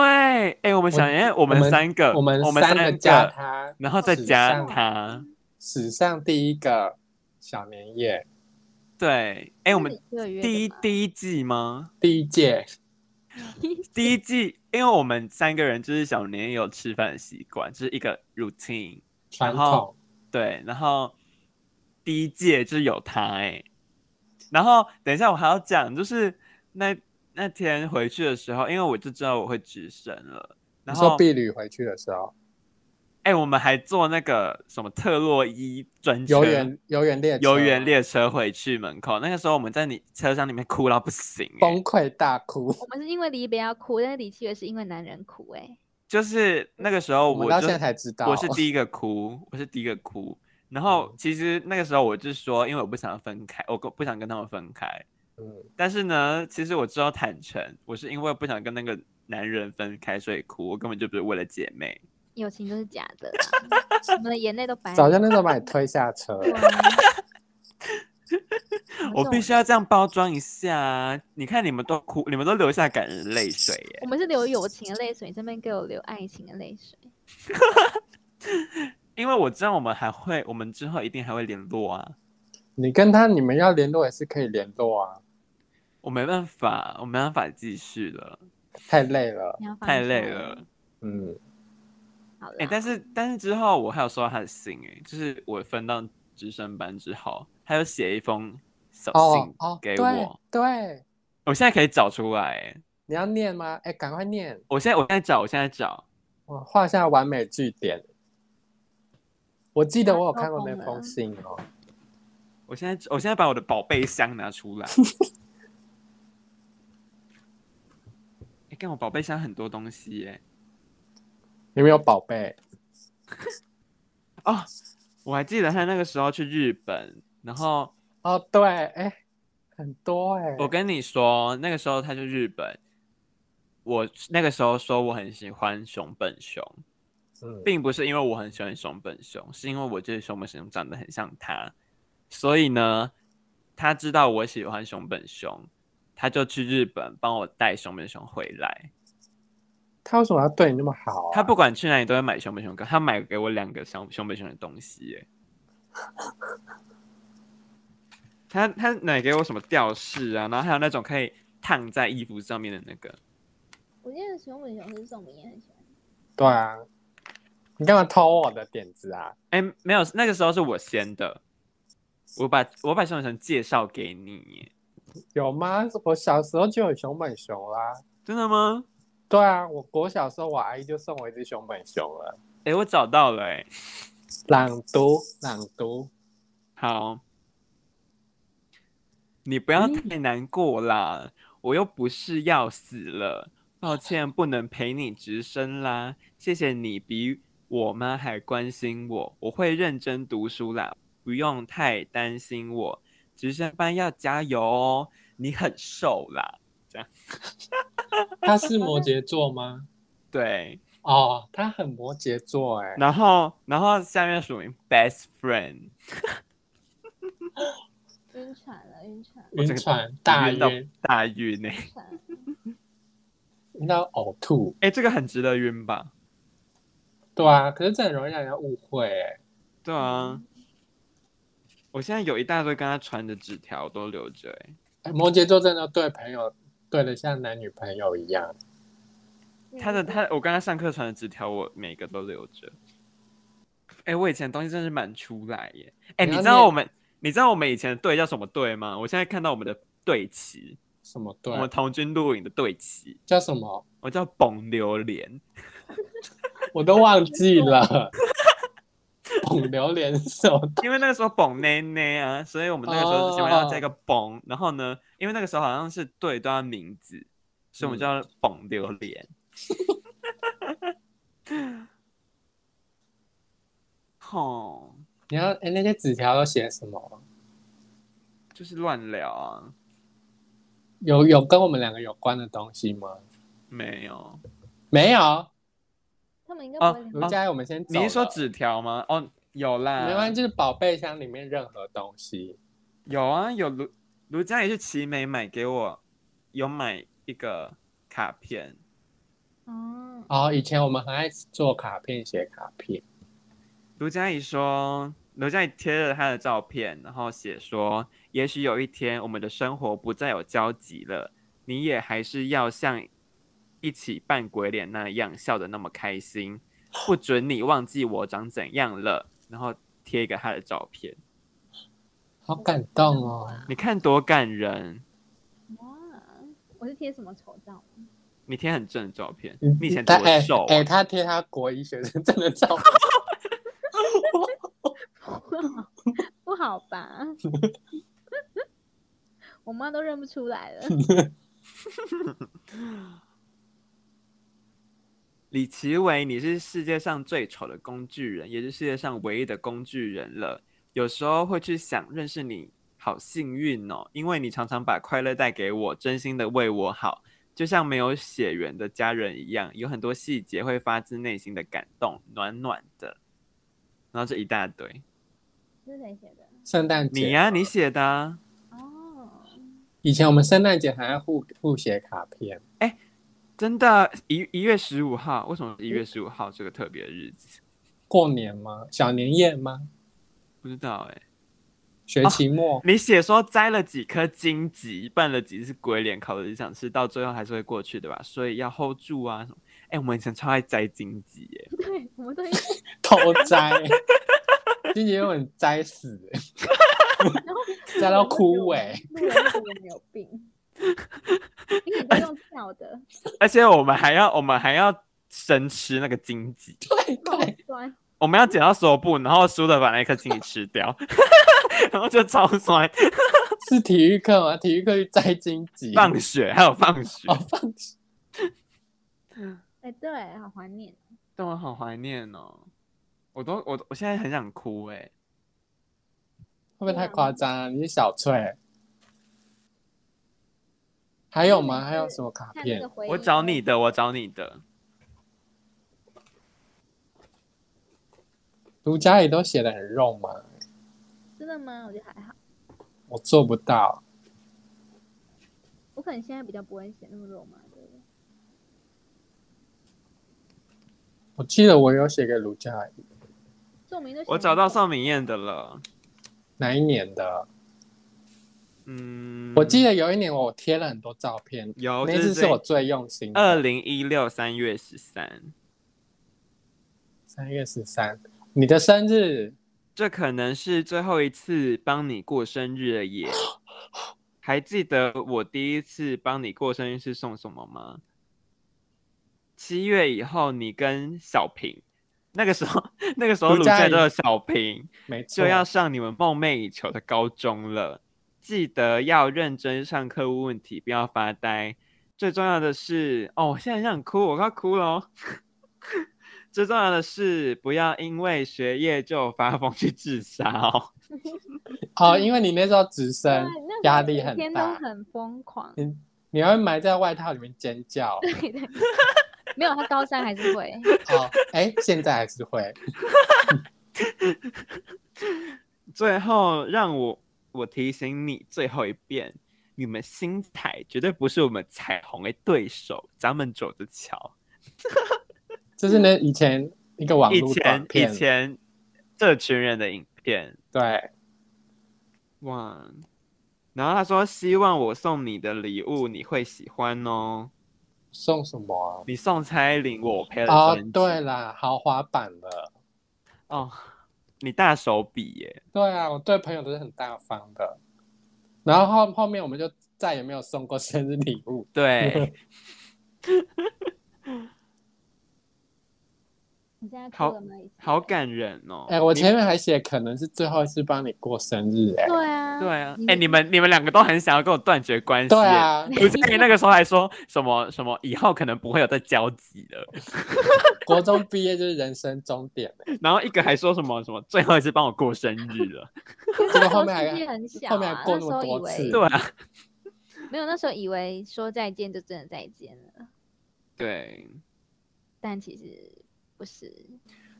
哎、我们想，哎，我
我
们
们
三个，
我们
我们
三
个
个加他，
然后再
史
加
上
它，
史上第一个小年夜
对，哎、我
那
们
你是有约的
第一
吗
第一季吗？
第一届，
第一季，因为我们三个人就是小年也有吃饭的习惯，就是一个 routine。
传
然
统
后对，然后第一届就是有他哎、然后等一下我还要讲，就是那那天回去的时候，因为我就知道我会直升了，
你
然
说
后
婢女回去的时候，
哎、我们还坐那个什么特洛伊专车
游园游园列车
游园列车回去门口，那个时候我们在你车厢里面哭到不行、欸，
崩溃大哭，
我们是因为离别要哭，但是李七月是因为男人哭、哎，
就是那个时候
我
我
们到
就
现在才知道，
我是
[laughs]
第一个哭，我是第一个哭。然后
嗯
其实那个时候我就说，因为我不想分开，我跟不想跟他们分开。
嗯
但是呢，其实我知道坦诚，我是因为不想跟那个男人分开，所以哭。我根本就不是为了姐妹。
友情都是假的啦，我们的眼泪都白
早
流
就那时候把你推下车了，
对啊。
[laughs] 我必须
要，
要这样包装一下啊。你看你们都哭，你们都流下感人泪水耶。
我们是流友情的泪水，你这边给我流爱情的泪水。
因为我知道我们还会，我们之后一定还会联络啊。
你跟他你们要联络也是可以联络啊，
我没办法，我没办法继续了，
太累了，
你要放
太累
手
了。。
嗯，
好了
哎、，但是但是之后我还有收到他的信哎、就是我分到直升班之后，他又写一封小
哦
信
哦，
给
对
我，
对，
我现在可以找出来、欸，
你要念吗？哎，赶快念，
我现在我现在找，我现在找，
我画下完美句点。我记得
太
我有
高
看过
峰了
那封信哦，
我现在我现在把我的宝贝箱拿出
[laughs]
来，哎、欸，看我宝贝箱很多东西耶、
你们有宝贝，
哦，我还记得他那个时候去日本，然后
哦，对，哎，很多哎、
我跟你说，那个时候他去日本，我那个时候说我很喜欢熊本熊。
嗯
并不是因为我很喜欢熊本熊，是因为我觉得熊本熊长得很像他，所以呢，他知道我喜欢熊本熊，他就去日本帮我带熊本熊回来。
他为什么要对你那么好、啊？
他不管去哪里都会买熊本熊，他买给我两个熊熊本熊的东西耶。他他买给我什么吊饰啊，然后还有那种可以烫在衣服上面的那个。
我记得熊本熊是宋明也很喜欢。
对啊，你干嘛偷我的点子啊？
哎、没有，那个时候是我先的，我把我把熊本熊介绍给你耶，
有吗？我小时候就有熊本熊啦。
真的吗？
对啊，我国小时候我阿姨就送我一只熊本熊了。
哎、我找到了、欸，
朗读，朗读，
好，你不要太难过啦，我又不是要死了，抱歉不能陪你直升啦，谢谢你比我妈还关心我，我会认真读书啦，不用太担心我，直升班要加油哦，你很瘦啦，
他是摩羯座吗？
对，
哦，他很摩羯座哎、
然后然后下面署名 best friend，
晕船了，晕船，
我这
晕
个
船大
晕到
晕，
大晕呢、
晕船。
晕到呕吐。
哎、这个很值得晕吧？
对啊，可是这很容易让人家误会哎、
对啊，我现在有一大堆跟他传的纸条都留着、欸，
哎摩羯座真的对朋友对的像男女朋友一样。
嗯
他的他，我跟他上课传的纸条，我每个都留着。哎、我以前的东西真是蛮出来耶！哎、
你
你
要
知道
念
我们，你知道我们以前的队叫什么队吗？我现在看到我们的队旗，
什么对啊
我？们童军录影的队旗，
叫什么？
我叫蹦榴莲，
我都忘记了。捧榴莲是什么？
因为那个时候蹦奶奶啊，所以我们那个时候就喜欢要加一个
哦
蹦。然后呢，因为那个时候好像是队都要名字，所以我们
嗯
叫蹦榴莲。吼，
你要哎、那些纸条都写什么？
就是乱聊啊，
有有跟我们两个有关的东西吗？
没有。
没有，
他他们应该不会
卢
聊
哦。
佳，我们先走
你
了。
是说纸条吗？哦，有啦，
没关系，就是宝贝箱里面任何东西。
有啊，有卢卢佳也是奇美买给我，有买一个卡片，
嗯，
哦，以前我们很爱做卡片，写卡片。
卢佳怡说，卢佳怡贴了她的照片，然后写说，也许有一天我们的生活不再有交集了，你也还是要像一起扮鬼脸那样笑得那么开
[laughs]
心，不准你忘记我长怎样了。然后贴一个她的照片，
好感动哦！
你看多感人。
哇，我是贴什么丑照？
你贴很正的照片，
嗯
你以前多
他哎
瘦啊、
哎，他贴他国医学生证的照片，
不好
[laughs]
吧？ [laughs] 我妈都认不出来
[laughs]
了。
李奇伟，你是世界上最丑的工具人，也是世界上唯一的工具人了。有时候会去想，认识你好幸运哦，因为你常常把快乐带给我，真心的为我好，就像没有血缘的家人一样，有很多细节会发自内心的感动，暖暖的。然后这一大堆，
这是谁写的？
圣诞节
你呀、你写的、啊，
哦，
以前我们圣诞节还要互互写卡片，
真的，啊一一月十五号，为什么一月十五号这个特别的日子？
过年吗？小年夜吗？
不知道哎、
学期末、
你写说摘了几颗荆棘，办了几次鬼脸，考了几场试，到最后还是会过去的吧？所以要 hold 住啊什么？哎、我们以前超爱摘荆棘耶，
对，我们都已
[laughs]
经
偷摘，
[laughs]
今年有很摘死，摘到枯萎。
路人觉得我们有病，因为你都
[laughs]
用跳的，
而且我们还要我们还要生吃那个荆棘，
对对，
酸。
我们要剪到手部，然后输的把那颗荆棘吃掉， [laughs] 然后就超酸，
是体育课吗？体育课去摘荆棘，
放血还有放血
哦，放学
哎，对，好怀念。
但我好怀念哦，我都我我现在很想哭哎，
会不会太夸张啊了？你是小翠。还有吗？还有什么卡
看那
片
个？回忆，
我找你的，我找你的，
卢嘉怡都写的很肉麻，
真的吗？我觉得还好，
我做不到。
我可能现在比较不会写那么肉麻的。
我记得我有写给卢嘉怡，
宋明就
我找到
上
邵明燕的了，
哪一年的？
嗯，
我记得有一年我贴了很多照片，
有
那
就
次
是呃
是
这
我最用心的。
二零一六三月十三，
三月十三，你的生日，
这可能是最后一次帮你过生日了耶。还记得我第一次帮你过生日是送什么吗？七月以后，你跟小平，那个时候 [laughs] 那个时候
卢
鲁
嘉
在
怡
的小平
没错，
就要上你们梦寐以求的高中了。记得要认真上课，问问题，不要发呆。最重要的是，哦，我现在很想哭，我快哭了哦。 [laughs] 最重要的是，不要因为学业就发疯去自杀哦。
哦，
嗯
因为你那时候直升，压力很
天
大
都很疯狂。 [laughs]
你你还会埋在外套里面尖叫。
对对，没有，他高三还是会。
哦，哎，现在还是会。
最后，让我我提醒你最后一遍，你们新台绝对不是我们彩虹的对手，咱们走着瞧。
这是呢以前一个网
以
络短
前以
片，
前这群人的影片，
对，
哇！然后他说希望我送你的礼物你会喜欢哦。
送什么
你送蔡依林我配了
啊？哦
专辑，
对啦，豪华版的。
哦，你大手笔耶！
对啊，我对朋友都是很大方的。然后后后面我们就再也没有送过生日礼物。 [laughs]
对，
你现在哭
好
了吗？
好感人哦。
哎、我
你
前面还写可能是最后一次帮你过生日、哎，
对啊，
对啊，
你
哎、你们你们两个都很想要跟我断绝关系。
对，啊，
不是你那个时候还说什么什么以后可能不会有再交集了，
国中毕业就是人生终点、哎
然后一个还说什么什么最后一次帮我过生日
[laughs]
了，
结果
那时
后
候
面还
世界很小、啊，
后面还过
那
那
时
么
候以
多次
为
对啊，
没有，那时候以为说再见就真的再见了，
对，
但其实不不是？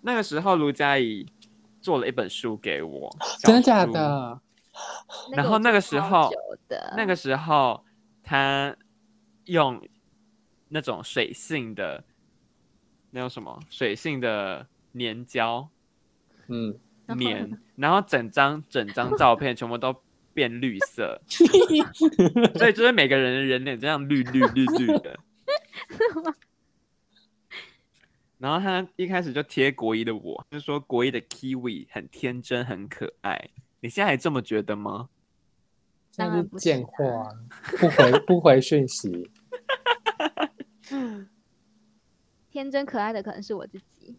那个时候卢嘉怡做了一本书给我，
[laughs] 真的
小
假
书？
的？
那
然
个
后
我
那
做
个时
超
候
久的
那个时候他用那种水性的，那叫什么水性的粘胶
嗯，
[laughs] 然后
粘，然后整张整张照片全部都变绿
[laughs]
色，所以就是每个人的人脸这样绿绿绿绿
[laughs]
的。然后他一开始就贴国一的我，就说国一的 kiwi 很天真很可爱。你现在还这么觉得吗？
那
当
是
然不是
贱
啊
货啊，
[laughs]
不回不回讯息。
天真可爱的可能是我自己。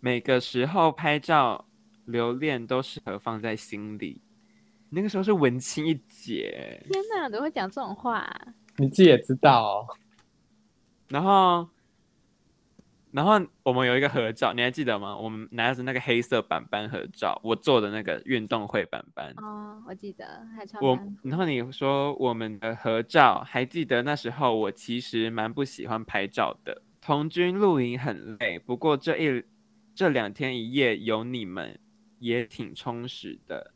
每个时候拍照留恋都适合放在心里。那个时候是文青一姐，
天哪，怎么会讲这种话啊、
你自己也知道哦，
然后，然后我们有一个合照，你还记得吗？我们拿着那个黑色板板合照，我做的那个运动会板板。
哦，我记得还穿
我嗯
蛮，
然后你说我们的合照，还记得那时候我其实蛮不喜欢拍照的。童军露营很累，不过这一这两天一夜有你们也挺充实的。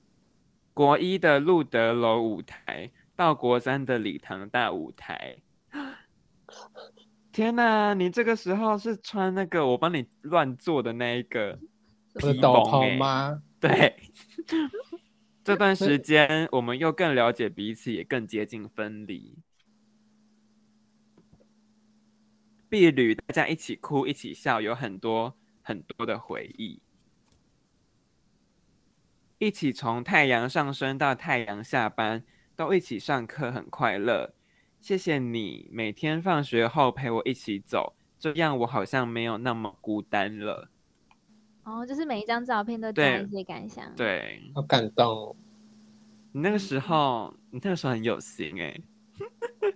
国一的路德楼舞台到国三的礼堂大舞台，天哪！你这个时候是穿那个我帮你乱做的那一个
我的
皮
斗
绷
篷
欸
吗？
[laughs] 对，这段
所以
时间我们又更了解彼此，也更接近分离。婢女，大家一起哭，一起笑，有很多很多的回忆。一起从太阳上升到太阳下班，都一起上课，很快乐。谢谢你每天放学后陪我一起走，这样我好像没有那么孤单了。
哦，就是每一张照片都加
对
一些感想。，
对，
好感动哦，
你那个时候，你那个时候很有心哎、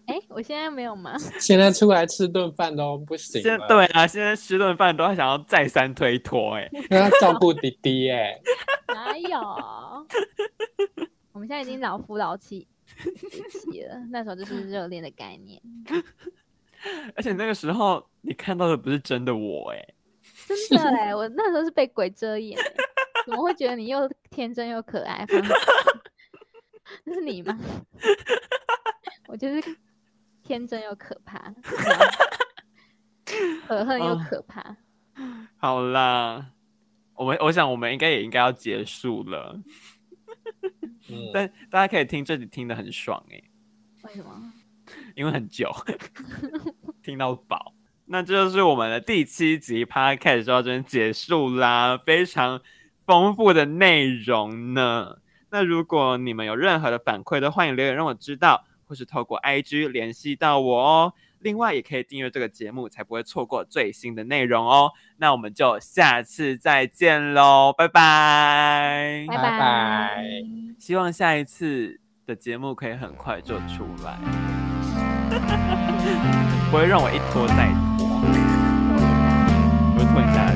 哎，我现在没有吗？
现在出来吃顿饭都不行
现
了，
对啊，现在吃顿饭都还想要再三推脱哎、
要照顾弟弟耶。
哪有？ [laughs] 我们现在已经老夫老妻 [laughs] 时期了，那时候就是热恋的概念。
而且那个时候你看到的不是真的我哎、
真的哎、我那时候是被鬼遮眼欸、怎么会觉得你又天真又可爱？放 [laughs] 那是你吗？ [laughs] 我就是天真又可怕， [laughs] 可恨又
啊
可怕。
好啦，我们我想我们应该也应该要结束了，
嗯，
但大家可以听这里听得很爽哎、
为什么？
因为很久， [laughs] 听到饱。那这就是我们的第七集 podcast 就到这边结束啦，非常丰富的内容呢。那如果你们有任何的反馈，都欢迎留言让我知道，或是透过 IG 联系到我哦。另外，也可以订阅这个节目，才不会错过最新的内容哦。那我们就下次再见喽，拜拜！
拜
拜拜
希望下一次的节目可以很快就出来， [laughs] [laughs] 不会让我一拖再拖，我会拖你下去。